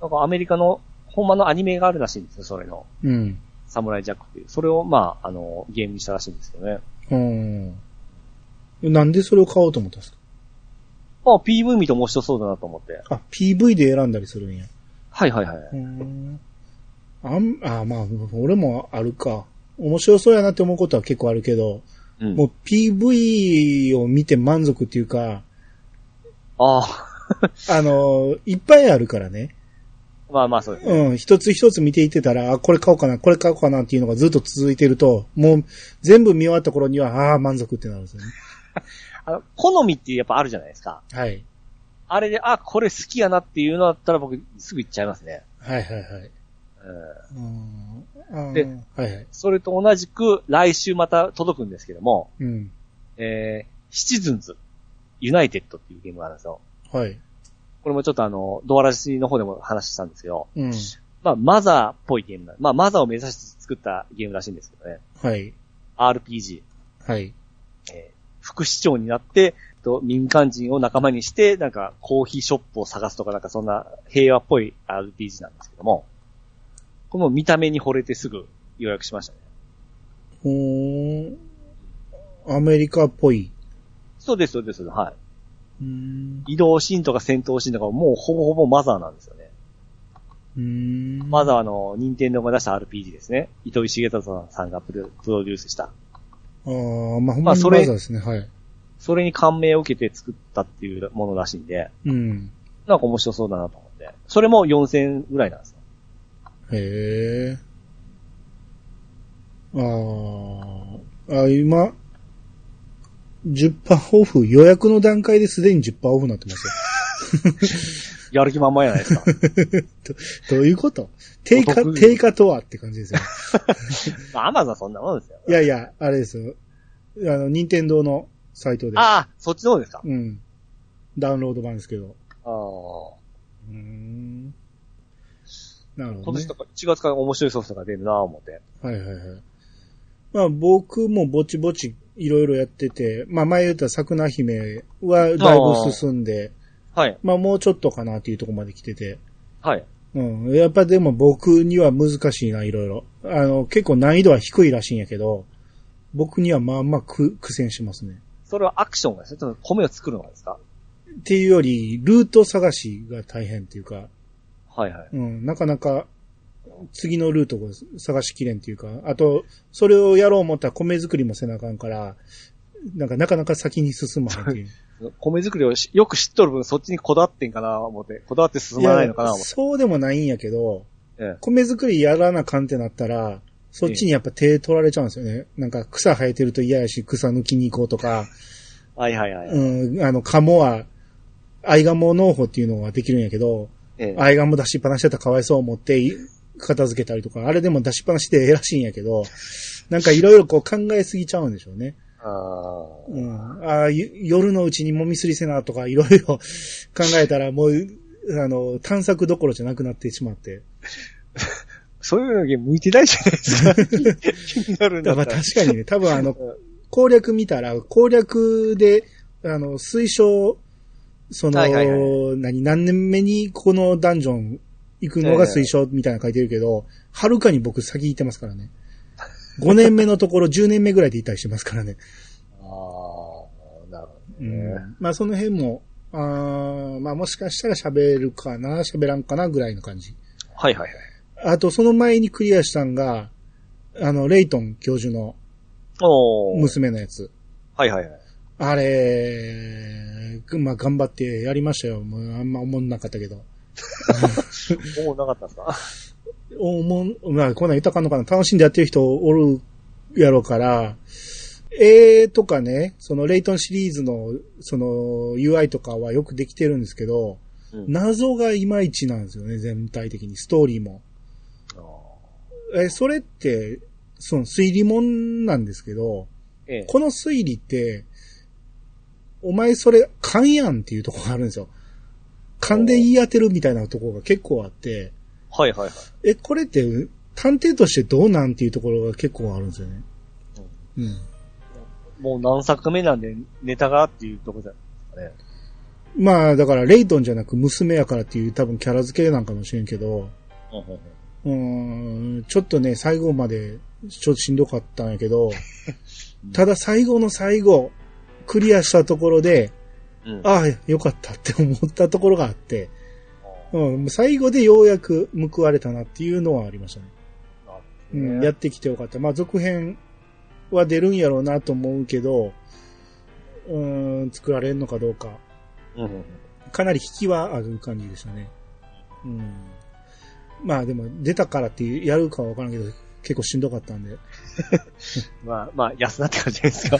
[SPEAKER 2] なんかアメリカの、ほんまのアニメがあるらしいんですよ、それの。
[SPEAKER 1] うん。
[SPEAKER 2] サムライジャックっていう。それを、まあ、あの、ゲームにしたらしいんですけどね。
[SPEAKER 1] うん。うん。なんでそれを買おうと思ったんですか
[SPEAKER 2] まあ、PV 見て面白そうだなと思って。
[SPEAKER 1] あ、PV で選んだりするんや。
[SPEAKER 2] はいはいはい。
[SPEAKER 1] うーん。あん、あ、まあ、俺もあるか。面白そうやなって思うことは結構あるけど、
[SPEAKER 2] うん。
[SPEAKER 1] もう PV を見て満足っていうか、
[SPEAKER 2] ああ、
[SPEAKER 1] あの、いっぱいあるからね。
[SPEAKER 2] まあまあそうですね。
[SPEAKER 1] うん、一つ一つ見ていってたら、あ、これ買おうかな、これ買おうかなっていうのがずっと続いてると、もう全部見終わった頃には、ああー、満足ってなるんですよね。
[SPEAKER 2] あの、好みってやっぱあるじゃないですか。
[SPEAKER 1] はい。
[SPEAKER 2] あれで、あ、これ好きやなっていうのだったら僕すぐ行っちゃいますね。
[SPEAKER 1] はいはいはい。
[SPEAKER 2] うん。
[SPEAKER 1] うん。あ
[SPEAKER 2] で
[SPEAKER 1] ーはいはい。
[SPEAKER 2] それと同じく来週また届くんですけども、
[SPEAKER 1] うん。
[SPEAKER 2] えー、シチズンズ、ユナイテッドっていうゲームがあるんですよ。
[SPEAKER 1] はい。
[SPEAKER 2] これもちょっとあの、ドアラシの方でも話したんですけど、
[SPEAKER 1] うん。
[SPEAKER 2] まあ、マザーっぽいゲームなんまあ、マザーを目指して作ったゲームらしいんですけどね。
[SPEAKER 1] はい。
[SPEAKER 2] RPG。
[SPEAKER 1] はい。
[SPEAKER 2] えー副市長になって、と民間人を仲間にして、なんか、コーヒーショップを探すとか、なんかそんな平和っぽい RPG なんですけども、この見た目に惚れてすぐ予約しましたね。
[SPEAKER 1] ほーん。アメリカっぽい。
[SPEAKER 2] そうです、そうです、そうですは
[SPEAKER 1] うーん。
[SPEAKER 2] い。移動シーンとか戦闘シーンとかももうほぼほぼマザーなんですよね。
[SPEAKER 1] うーん
[SPEAKER 2] マザーはあの、任天堂が出した RPG ですね。糸井重里さんがプロプロデュースした。
[SPEAKER 1] ああ、まあ、ほんま
[SPEAKER 2] まあ
[SPEAKER 1] に
[SPEAKER 2] そ
[SPEAKER 1] マ
[SPEAKER 2] れ
[SPEAKER 1] ザーですね。はい。
[SPEAKER 2] それに感銘を受けて作ったっていうものらしいんで、
[SPEAKER 1] うん。
[SPEAKER 2] なんか面白そうだなと思って。それも4000円ぐらいなんですよ。
[SPEAKER 1] へえ。あーあ、今、10%オフ、予約の段階ですでに10%オフになってますよ。
[SPEAKER 2] やる気満々じゃないですか。
[SPEAKER 1] どういうこと定
[SPEAKER 2] お
[SPEAKER 1] 価、
[SPEAKER 2] 得意
[SPEAKER 1] 定価とはって感じですよ。
[SPEAKER 2] まあアマゾンはそんなもんですよ。
[SPEAKER 1] いやいや、あれですよ。あの、任天堂のサイトで。
[SPEAKER 2] ああ、そっちの方ですか。
[SPEAKER 1] うん。ダウンロード版ですけど。
[SPEAKER 2] ああ。
[SPEAKER 1] うーん。なるほ
[SPEAKER 2] 今
[SPEAKER 1] ど、
[SPEAKER 2] 年
[SPEAKER 1] ね
[SPEAKER 2] と。か、1月から面白いソフトが出るなぁ思って。
[SPEAKER 1] はいはいはい。まあ僕もぼちぼちいろいろやってて、まあ前言った桜姫はだいぶ進んで、
[SPEAKER 2] はい。
[SPEAKER 1] まあもうちょっとかなっていうところまで来てて。
[SPEAKER 2] はい。
[SPEAKER 1] うん。やっぱでも僕には難しいな、いろいろ。あの、結構難易度は低いらしいんやけど、僕にはまあまあく苦戦しますね。
[SPEAKER 2] それはアクションがですね、ちょっと米を作るのがですか
[SPEAKER 1] っていうより、ルート探しが大変っていうか、
[SPEAKER 2] はいはい。
[SPEAKER 1] うん、なかなか次のルートを探しきれんっていうか、あと、それをやろう思ったら米作りもせなあかんから、なんかなかなか先に進まへんっていう。
[SPEAKER 2] 米作りをしよく知っとる分、そっちにこだわってんかなぁ思って、こだわって 進まないのか
[SPEAKER 1] い
[SPEAKER 2] なぁ
[SPEAKER 1] や
[SPEAKER 2] 思って。
[SPEAKER 1] そうでもないんやけど、
[SPEAKER 2] ええ
[SPEAKER 1] 米作りやらなあかんってなったら、そっちにやっぱ手取られちゃうんですよね。なんか草生えてると嫌やし、草抜きに行こうとか、
[SPEAKER 2] はいはいはい。
[SPEAKER 1] うん、あの、鴨は、アイガモ農法っていうのができるんやけど、
[SPEAKER 2] ええ
[SPEAKER 1] アイガモ出しっぱなしだったらかわいそう思ってい、片付けたりとか、あれでも出しっぱなしでええらしいんやけど、なんかいろいろこう考えすぎちゃうんでしょうね。
[SPEAKER 2] あー
[SPEAKER 1] うん。ああ、ゆ夜のうちにもみすりせなとかいろいろ考えたらもう、あの、探索どころじゃなくなってしまって。
[SPEAKER 2] そういうのに向いてないじゃないです か。気になるんだ
[SPEAKER 1] だ
[SPEAKER 2] った
[SPEAKER 1] からら確かにね、多分あの、攻略見たら、攻略で、あの、推奨、その、
[SPEAKER 2] はいはいは
[SPEAKER 1] 何、何年目にこのダンジョン行くのが推奨みたいなの書いてるけど、はるかに僕先行ってますからね。5年目のところ10年目ぐ らいでいたりしてますからね。
[SPEAKER 2] ああ、なるほ
[SPEAKER 1] う
[SPEAKER 2] どね。
[SPEAKER 1] ん、まあその辺も、あーまあもしかしたら喋るかな、喋らんかなぐらいの感じ。
[SPEAKER 2] はいはいはい。
[SPEAKER 1] あとその前にクリアしたんが、あの、レイトン教授の
[SPEAKER 2] おー。
[SPEAKER 1] 娘のやつ。
[SPEAKER 2] はいはい はい。
[SPEAKER 1] あれ、まあ、頑張ってやりましたよ。もうあんま思んなかったけど。
[SPEAKER 2] 思うなかったんです か
[SPEAKER 1] おもん、まあ、こんなん豊かんのかな。楽しんでやってる人おるやろうから、絵とかね、そのレイトンシリーズの、その UI とかはよくできてるんですけど、
[SPEAKER 2] うん
[SPEAKER 1] 謎がいまいちなんですよね、全体的に。ストーリーも。
[SPEAKER 2] あー
[SPEAKER 1] え、それって、その推理もんなんですけど、
[SPEAKER 2] ええ。
[SPEAKER 1] この推理って、お前それ勘やんっていうところがあるんですよ。勘で言い当てるみたいなところが結構あって、
[SPEAKER 2] はいはいはい。
[SPEAKER 1] え、これって探偵としてどうなんっていうところが結構あるんですよね。うん。
[SPEAKER 2] もう何作目なんで、ネタがっていうとこじゃないですかね。、
[SPEAKER 1] まあだからレイトンじゃなく娘やからっていう多分キャラ付けなんかもしれんけど、うーん、ちょっとね、最後までちょっとしんどかったんやけどただ最後の最後、クリアしたところで、
[SPEAKER 2] うん
[SPEAKER 1] ああ、よかったって思ったところがあって、うん、最後でようやく報われたなっていうのはありましたね。うんやってきてよかった。まあ、続編は出るんやろうなと思うけど、うーん、作られるのかどうか。
[SPEAKER 2] うんうんうん
[SPEAKER 1] かなり引きはある感じでしたね。うん。まあでも、出たからっていうやるかはわからんけど、結構しんどかった んで。
[SPEAKER 2] まあ、まあ、安なって感じですか。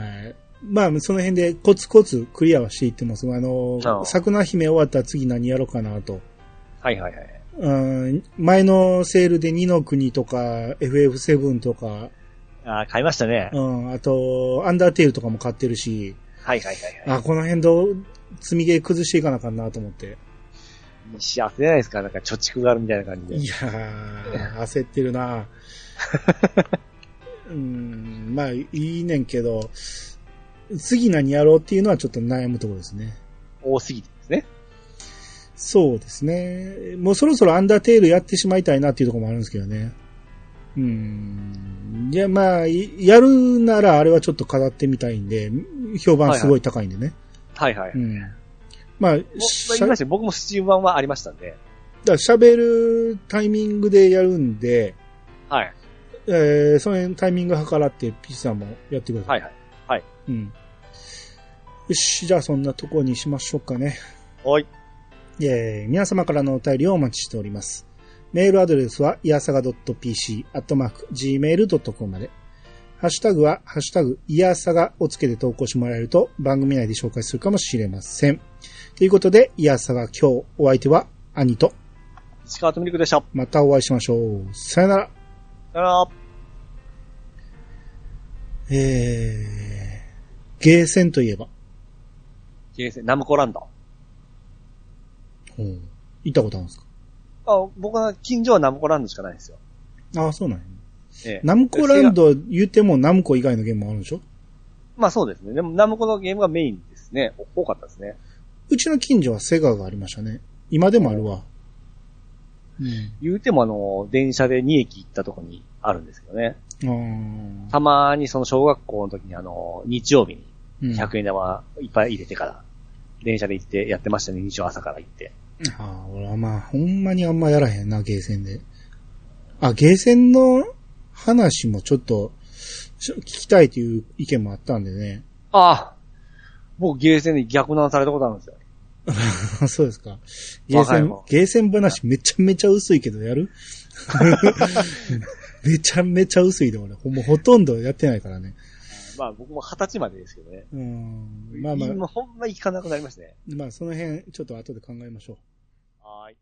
[SPEAKER 1] はい。まあ、その辺でコツコツクリアはしていってます。あ
[SPEAKER 2] ああ
[SPEAKER 1] の、桜姫終わったら次何やろうかなと。
[SPEAKER 2] はいはいはい。
[SPEAKER 1] うん、前のセールで二の国とか FF7 とか、
[SPEAKER 2] ああ、買いましたね。
[SPEAKER 1] うん、あと、アンダーテールとかも買ってるし、
[SPEAKER 2] はいはいはいはい。
[SPEAKER 1] あ、この辺どう、積みゲー崩していかなあかんなと思って。
[SPEAKER 2] 幸せじゃないですか。なんか貯蓄があるみたいな感じで
[SPEAKER 1] い。やー、焦ってる なうん、まあ、いいねんけど、次何やろうっていうのはちょっと悩むところですね。
[SPEAKER 2] 多すぎてですね。
[SPEAKER 1] そうですね。もうそろそろアンダーテールやってしまいたいなっていうところもあるんですけどね。うん。いや、まあ、いやるならあれはちょっと飾ってみたいんで、評判すごい高いんでね。
[SPEAKER 2] はいはい。も
[SPEAKER 1] う
[SPEAKER 2] う
[SPEAKER 1] ん。まあ、
[SPEAKER 2] まあ
[SPEAKER 1] し
[SPEAKER 2] 言
[SPEAKER 1] ゃ
[SPEAKER 2] いましたよ僕もスチーム版はありましたんで。
[SPEAKER 1] だから喋るタイミングでやるんで、
[SPEAKER 2] はい。
[SPEAKER 1] えー、その辺タイミング計らって、ピッチさんもやってください。
[SPEAKER 2] はいはい。
[SPEAKER 1] うん。よし、じゃあそんなとこにしましょうかね。
[SPEAKER 2] おい。
[SPEAKER 1] えー皆様からのお便りをお待ちしております。メールアドレスは、いやさが .pc、アットマーク、gmail.com まで。ハッシュタグは、ハッシュタグ、いやさがをつけて投稿してもらえると、番組内で紹介するかもしれません。ということで、いやさが今日、お相手は、兄と、
[SPEAKER 2] 石川とみりくでした。さ
[SPEAKER 1] またお会いしましょう。さよなら。
[SPEAKER 2] よなら。
[SPEAKER 1] えー、ゲーセンといえば、
[SPEAKER 2] ゲーセン、ナムコランド。
[SPEAKER 1] ほう。行ったことあるんですか
[SPEAKER 2] あ僕は近所はナムコランドしかないんですよ。
[SPEAKER 1] ああ、そうなんや、
[SPEAKER 2] ええ
[SPEAKER 1] ナムコランド言うてもナムコ以外のゲームもあるんでしょ
[SPEAKER 2] まあそうですね。でもナムコのゲームがメインですね。お多かったですね。
[SPEAKER 1] うちの近所はセガがありましたね。今でもあるわ。
[SPEAKER 2] 言うてもあの、電車で2駅行ったとこにあるんですけどね。
[SPEAKER 1] うん。ああ。
[SPEAKER 2] たまにその小学校の時にあの、日曜日に
[SPEAKER 1] うん
[SPEAKER 2] 100円玉いっぱい入れてから、電車で行ってやってましたね。日曜朝から行って。
[SPEAKER 1] ああ、俺はまあ、ほんまにあんまやらへんな、ゲーセンで。あ、ゲーセンの話もちょっと、し聞きたいという意見もあったんでね。
[SPEAKER 2] ああ僕ゲーセンで逆難されたことあるんですよ。
[SPEAKER 1] そうですか。ゲーセ
[SPEAKER 2] 若い
[SPEAKER 1] ン
[SPEAKER 2] もん、
[SPEAKER 1] ゲーセン話めちゃめちゃ薄いけどやる めちゃめちゃ薄いで俺、ほもうほとんどやってないからね。
[SPEAKER 2] まあ僕も二十歳までですけどね。
[SPEAKER 1] うん。まあまあ、
[SPEAKER 2] 今ほんま行かなくなりましたね。
[SPEAKER 1] まあその辺ちょっと後で考えましょう。
[SPEAKER 2] はーい。